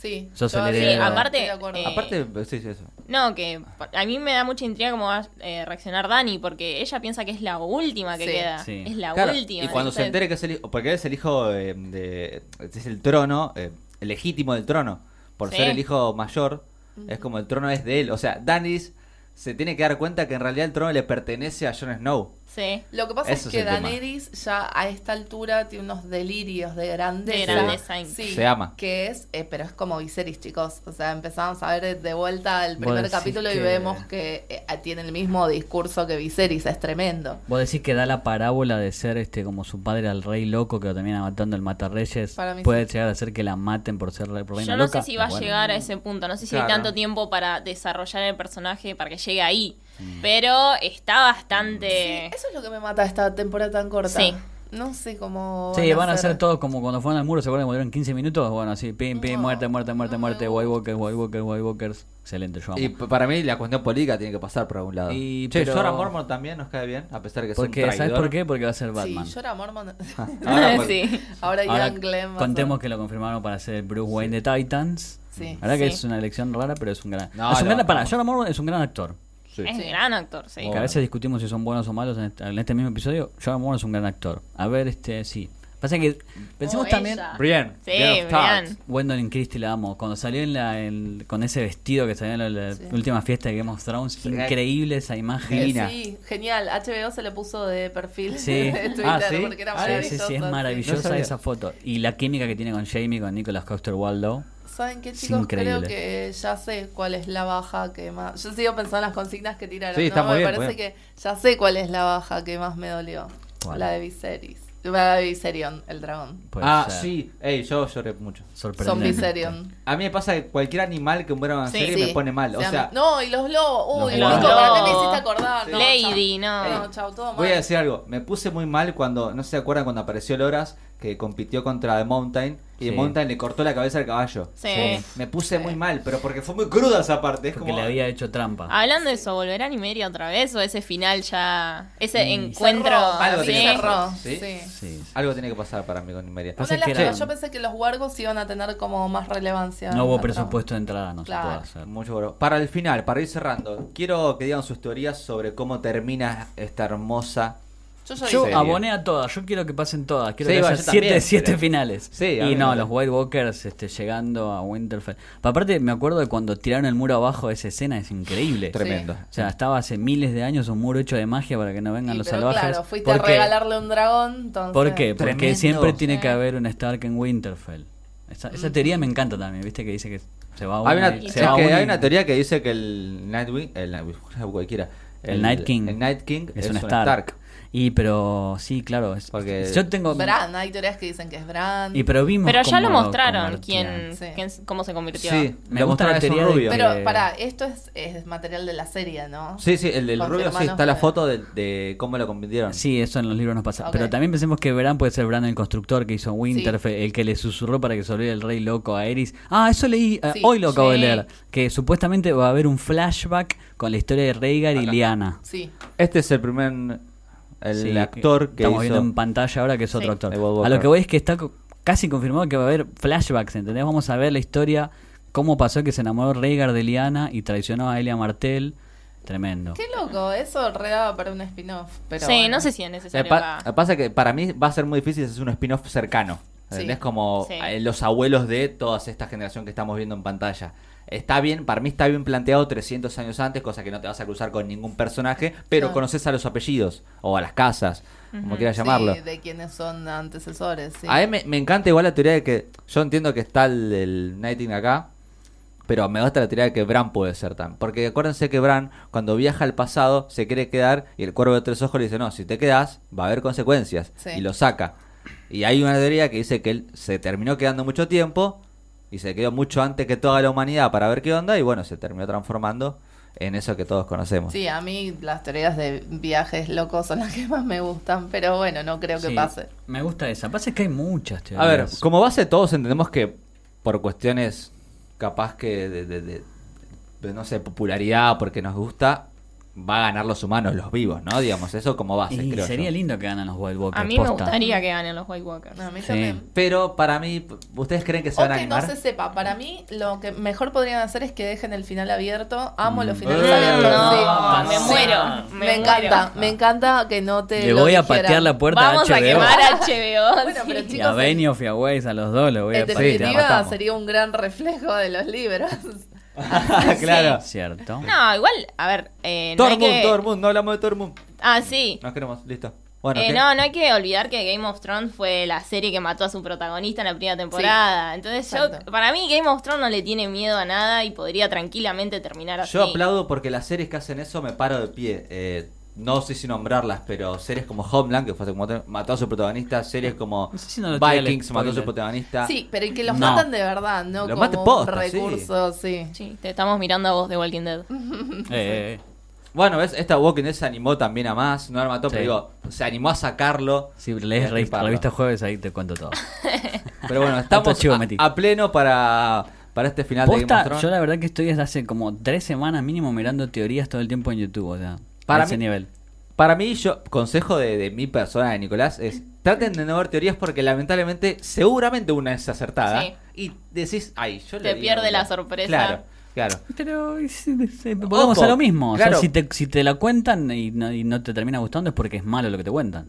Sí.
Sos
yo
el
sí,
heredero.
aparte, estoy de acuerdo.
eh,
Aparte, sí, sí, eso.
No, que pa- a mí me da mucha intriga cómo va a eh, reaccionar Dani, porque ella piensa que es la última que
Sí.
queda.
Sí.
Es la
Claro,
última.
Y cuando se
entonces-
entere que es el hijo, porque él es el hijo eh, de, es el trono, eh, el legítimo del trono, por
Sí.
ser el hijo mayor, es como el trono es de él. O sea, Danis se tiene que dar cuenta que en realidad el trono le pertenece a Jon Snow.
Sí.
Lo que pasa
Eso
es
es
que
el tema.
Daenerys ya a esta altura tiene unos delirios de grandeza.
De grandeza.
Sí,
Se ama.
Que es, eh, pero es como Viserys, chicos. O sea, empezamos a ver de vuelta el
Vos
primer
decís
capítulo y
que-
vemos que eh, tiene el mismo discurso que Viserys. Es tremendo.
Vos decís que da la parábola de ser este como su padre al rey loco que lo termina matando el matarreyes.
Para mí
Puede
sí.
llegar a ser que la maten por ser re- por reina
Yo no
loca.
sé si va a
Bueno.
llegar a ese punto, no sé si hay
Claro.
tanto tiempo para desarrollar el personaje para que llegue ahí,
Mm.
pero está bastante...
Sí, eso es lo que me mata esta temporada tan corta.
Eh, Sí.
No sé cómo.
Sí, van a ser todos como cuando fueron al muro, ¿se acuerdan? que Murieron 15 minutos. Bueno, así, pim, pim,
No,
muerte, muerte, muerte,
no me
muerte,
gusta.
White Walkers, White Walkers, White Walkers. Excelente, yo amo.
Y p- para mí la cuestión política tiene que pasar por algún lado.
Y,
che,
pero-
Jorah Mormont también nos cae bien, a pesar que es un
Porque,
traidor. Ah,
¿sabes por qué? Porque va a ser
Sí,
Batman.
llora Mormon.
Ahora, por-
sí.
Ahora
Ahora
Ian Glenn. va a
contemos
ser-
que lo confirmaron para ser el Bruce Wayne de Titans.
Sí.
La verdad que
Sí.
es una elección rara, pero es un gran...
No,
es un
lo
gran- para,
bancamos.
Jorah Mormont es un gran actor.
Sí.
Es
Sí.
gran actor, sí.
Oh.
Que a veces discutimos si son buenos o malos en este, en este mismo episodio. Jorah Mormont es un gran actor. A ver, este, sí. Pasa que pensemos
Oh,
también...
ella.
Brian.
Sí,
Game of Thrones.
Brian.
Gwendolyn Christie la amo. Cuando salió en la, en- con ese vestido que salió en la, la
Sí.
última fiesta de Game of Thrones,
Sí.
increíble esa
Eh,
imagen.
Divina.
Sí, genial. HBO se le puso de perfil
Sí.
de
Ah,
Twitter
¿sí?
porque era
Ah,
Sí, sí,
maravilloso.
sí, es
No
maravillosa
sabía.
esa foto. Y la química que tiene con Jamie, con Nicolas Coster Waldo.
¿Saben qué,
Es
chicos? Creo
increíble.
que ya sé cuál es la baja que más. Yo sigo pensando en las consignas que tiraron.
Sí, está
¿no?
muy
me
bien,
parece
muy
que ya sé cuál es la baja que más me dolió.
¿Cuál?
La de Viserys. La de Viserion, el dragón.
Puede
Ah,
ser
sí. Ey, yo lloré mucho.
Sorprendente.
Son Viserion.
A mí me pasa que cualquier animal que muera Ah, en una
Sí,
serie me pone mal. O
Se
sea,
llama- No, y los lobos. Uy,
Los
los
lobos.
lobos. me hiciste acordar. No,
Lady,
chao.
no.
No, chao, todo mal.
voy a decir algo. Me puse muy mal cuando, no se acuerdan, cuando apareció Loras, que compitió contra The Mountain. Y The
Sí.
Mountain le cortó la cabeza al caballo.
Sí.
Sí.
Me puse muy mal, pero porque fue muy cruda esa parte. Es
Porque
como.
le había hecho
Ah,
trampa.
Hablando de eso, ¿volverán Nimeria otra vez o ese final ya, ese
Mm.
encuentro?
Cerró,
Algo
sí.
tiene que pasar.
cerró.
¿Sí?
sí.
Sí.
ah,
Algo tiene que pasar para mí con Inmeria.
Pasa
Una de las
que era-
cosas, yo pensé que los wargos iban a tener como más relevancia.
No
en
hubo
la trama.
presupuesto de entrada, no
Claro.
se puede hacer.
Mucho bro. Para el final, para ir cerrando, quiero que digan sus teorías sobre cómo termina esta hermosa.
Yo, ya dije.
Yo
serio.
aboné a todas, yo quiero que pasen todas, quiero
Sí,
que
va,
haya
yo también,
siete, siete
pero-
finales.
Sí, a mí
y no,
me-
los White Walkers este, llegando a Winterfell. Pa- aparte, me acuerdo de cuando tiraron el muro abajo, esa escena es increíble.
Tremendo.
O sea, estaba hace miles de años un muro hecho de magia para que no vengan
Sí,
los
pero
salvajes.
Claro, fuiste a
¿Por qué?
regalarle un dragón, entonces.
¿Por qué? Porque
Tremendo.
siempre
Sí.
tiene que haber un Stark en Winterfell. Esa, esa teoría me encanta también, viste que dice que se va uno
Hay una,
y-
sí,
se
es
va
que
uno
hay
y-
una teoría que dice que el Nightwing, el Nightwing, cualquiera,
El, Night King.
el Night King es, un
un Stark.
Stark.
Y pero sí, claro, es-
Porque-
yo tengo
Bran, hay teorías que dicen que es Bran.
y pero vimos
Pero ya
cómo
lo mostraron, quién,
convertían.
Sí.
quién- cómo se convirtió.
Sí,
Me
lo
gusta la
mostraron, es un
teoría de
rubio.
que-
Pero pará, esto es, es material de la serie, ¿no?
Sí, sí, el del
Confirmanos
rubio, sí, está la
que-
foto de, de cómo lo convirtieron.
Sí, eso en los libros nos pasa.
Ok.
Pero también pensemos que Bran puede ser Bran el constructor que hizo Winterfell, el que le susurró para que se volviera el rey loco a Eris. Ah, eso leí, eh,
Sí.
hoy lo acabo de
Sí.
leer, que supuestamente va a haber un flashback con la historia de Rhaegar y
Acá.
Lyanna.
Sí.
Este es el primer, el
Sí,
actor que
estamos
hizo-
viendo en pantalla ahora que es
Sí.
otro actor.
De Bob
A
Walker.
lo que voy es que está co- casi confirmado que va a haber flashbacks, ¿entendés? Vamos a ver la historia cómo pasó que se enamoró Rhaegar de Lyanna y traicionó a Elia Martell. Tremendo.
Qué loco, eso redaba para un spin-off. Pero
sí,
bueno.
no sé si es
Me
necesario.
pa-
acá.
pasa que para mí va a ser muy difícil hacer un spin-off cercano. ¿Entendés?
Sí.
Como
Sí.
eh, los abuelos de toda esta generación que estamos viendo en pantalla. Está bien, para mí está bien planteado 300 años antes, cosa que no te vas a cruzar con ningún personaje, pero
Claro.
conoces a los apellidos o a las casas, como quieras llamarlo.
Sí, de quienes son antecesores, sí.
A mí me, me encanta igual la teoría de que yo entiendo que está el, el Nighting acá, pero me gusta la teoría de que Bran puede ser tan. Porque acuérdense que Bran, cuando viaja al pasado, se quiere quedar y el cuervo de tres ojos le dice: No, si te quedas, va a haber consecuencias.
Sí.
Y lo saca. Y hay una teoría que dice que él se terminó quedando mucho tiempo y se quedó mucho antes que toda la humanidad para ver qué onda. Y bueno, se terminó transformando en eso que todos conocemos.
Sí, a mí las teorías de viajes locos son las que más me gustan, pero bueno, no creo que
Sí,
pase.
Me gusta esa. Pasa que hay muchas
A
teorías.
ver, como base todos entendemos que por cuestiones capaz que de, de- de- de, no sé, popularidad, porque nos gusta, va a ganar los humanos, los vivos, ¿no? Digamos, eso como base,
y
creo
sería
yo.
lindo que ganan los White Walkers.
A mí me
posta.
gustaría que ganen los White Walkers.
A mí
Sí.
también.
Pero para mí, ¿ustedes creen que se
O
van a
que no
animar?
se sepa, para mí lo que mejor podrían hacer es que dejen el final abierto. Amo
Mm.
los finales
Eh,
abiertos.
No,
sí.
me
Sí.
muero.
Me,
muero.
encanta, me encanta que no te.
Le
lo
voy a
dijeran.
patear la puerta
Vamos
a HBO.
a quemar HBO.
Bueno, pero
sí.
Y a
Chicos,
Benioff y a Weiss, a los dos le voy a
En
patear.
sí, te
definitiva
matamos.
sería un gran reflejo de los libros.
claro.
Cierto.
No, igual, a ver. Eh, no hay
Tormund,
que-
Tormund, no hablamos de Tormund.
Ah, sí.
Nos queremos, listo. Bueno,
Eh,
¿qué?
no, no hay que olvidar que Game of Thrones fue la serie que mató a su protagonista en la primera temporada. Entonces, yo,
Exacto.
para mí, Game of Thrones no le tiene miedo a nada y podría tranquilamente terminar así.
Yo aplaudo porque las series que hacen eso me paro de pie. Eh, no sé si nombrarlas, pero series como Homeland, que fue hace como tre- mató a su protagonista, series como
No sé si no lo tira el
Vikings, mató a su
spoiler.
protagonista.
Sí, pero y que los
No.
matan de verdad, no
Los mate
como
posta, sí.
recursos, sí.
Sí, te estamos mirando a vos de Walking Dead.
Eh, eh,
Bueno, ¿ves? esta Walking Dead se animó también a más, no la mató,
Sí.
pero digo, se animó a sacarlo.
Si
Y
lees
a
revista-
riparlo.
revista jueves, ahí te cuento todo.
Pero bueno, estamos
archivo
a,
metí.
a pleno para, para este final de Game of
Posta,
Thrones.
yo la verdad que estoy desde hace como tres semanas mínimo mirando teorías todo el tiempo en YouTube, o sea,
Para
a ese
mí-
nivel.
Para mí, yo, consejo de, de mi persona, de Nicolás, es traten de no ver teorías porque lamentablemente, seguramente una es acertada.
Sí.
Y decís, ay, yo le
Te
di
pierde
algo.
la sorpresa.
Claro, claro.
Pero y si- si- volvemos a lo mismo. O
claro.
sea, si te, si te la cuentan y no, y no te termina gustando es porque es malo lo que te cuentan.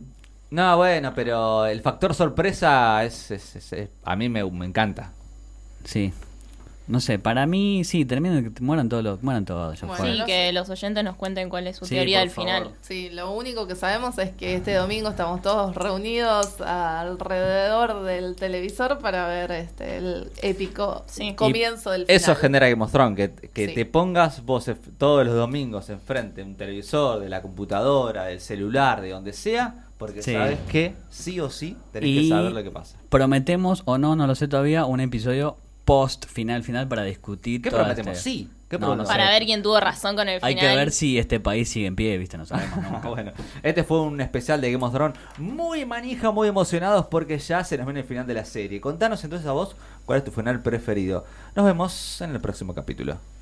No, bueno, pero el factor sorpresa es, es- es- es- a mí me, me encanta.
Sí. No sé, para mí sí, terminan que te mueran todos los, mueran todos. ya
Bueno,
fue.
sí,
no
que los oyentes nos cuenten cuál es su
Sí,
teoría
por
del final.
favor.
Sí, lo único que sabemos es que este domingo estamos todos reunidos alrededor del televisor para ver este el épico
Sí.
comienzo del final.
Eso genera Game of Thrones, que, que
Sí.
te pongas vos ef- todos los domingos enfrente de un televisor, de la computadora, del celular, de donde sea, porque
Sí.
sabes que sí o sí tenés que
Y
saber lo que pasa.
Prometemos o no, no lo sé todavía, un episodio post final final para discutir.
¿Qué
todas
prometemos?
las
Sí.
teorías.
¿Qué
este- No, no
prometemos?
sé.
Para ver quién tuvo razón con el
Hay
final.
que ver si este país sigue en pie, viste, no sabemos. ¿no?
bueno, este fue un especial de Game of Thrones muy manija, muy emocionados porque ya se nos viene el final de la serie. Contanos entonces a vos cuál es tu final preferido. Nos vemos en el próximo capítulo.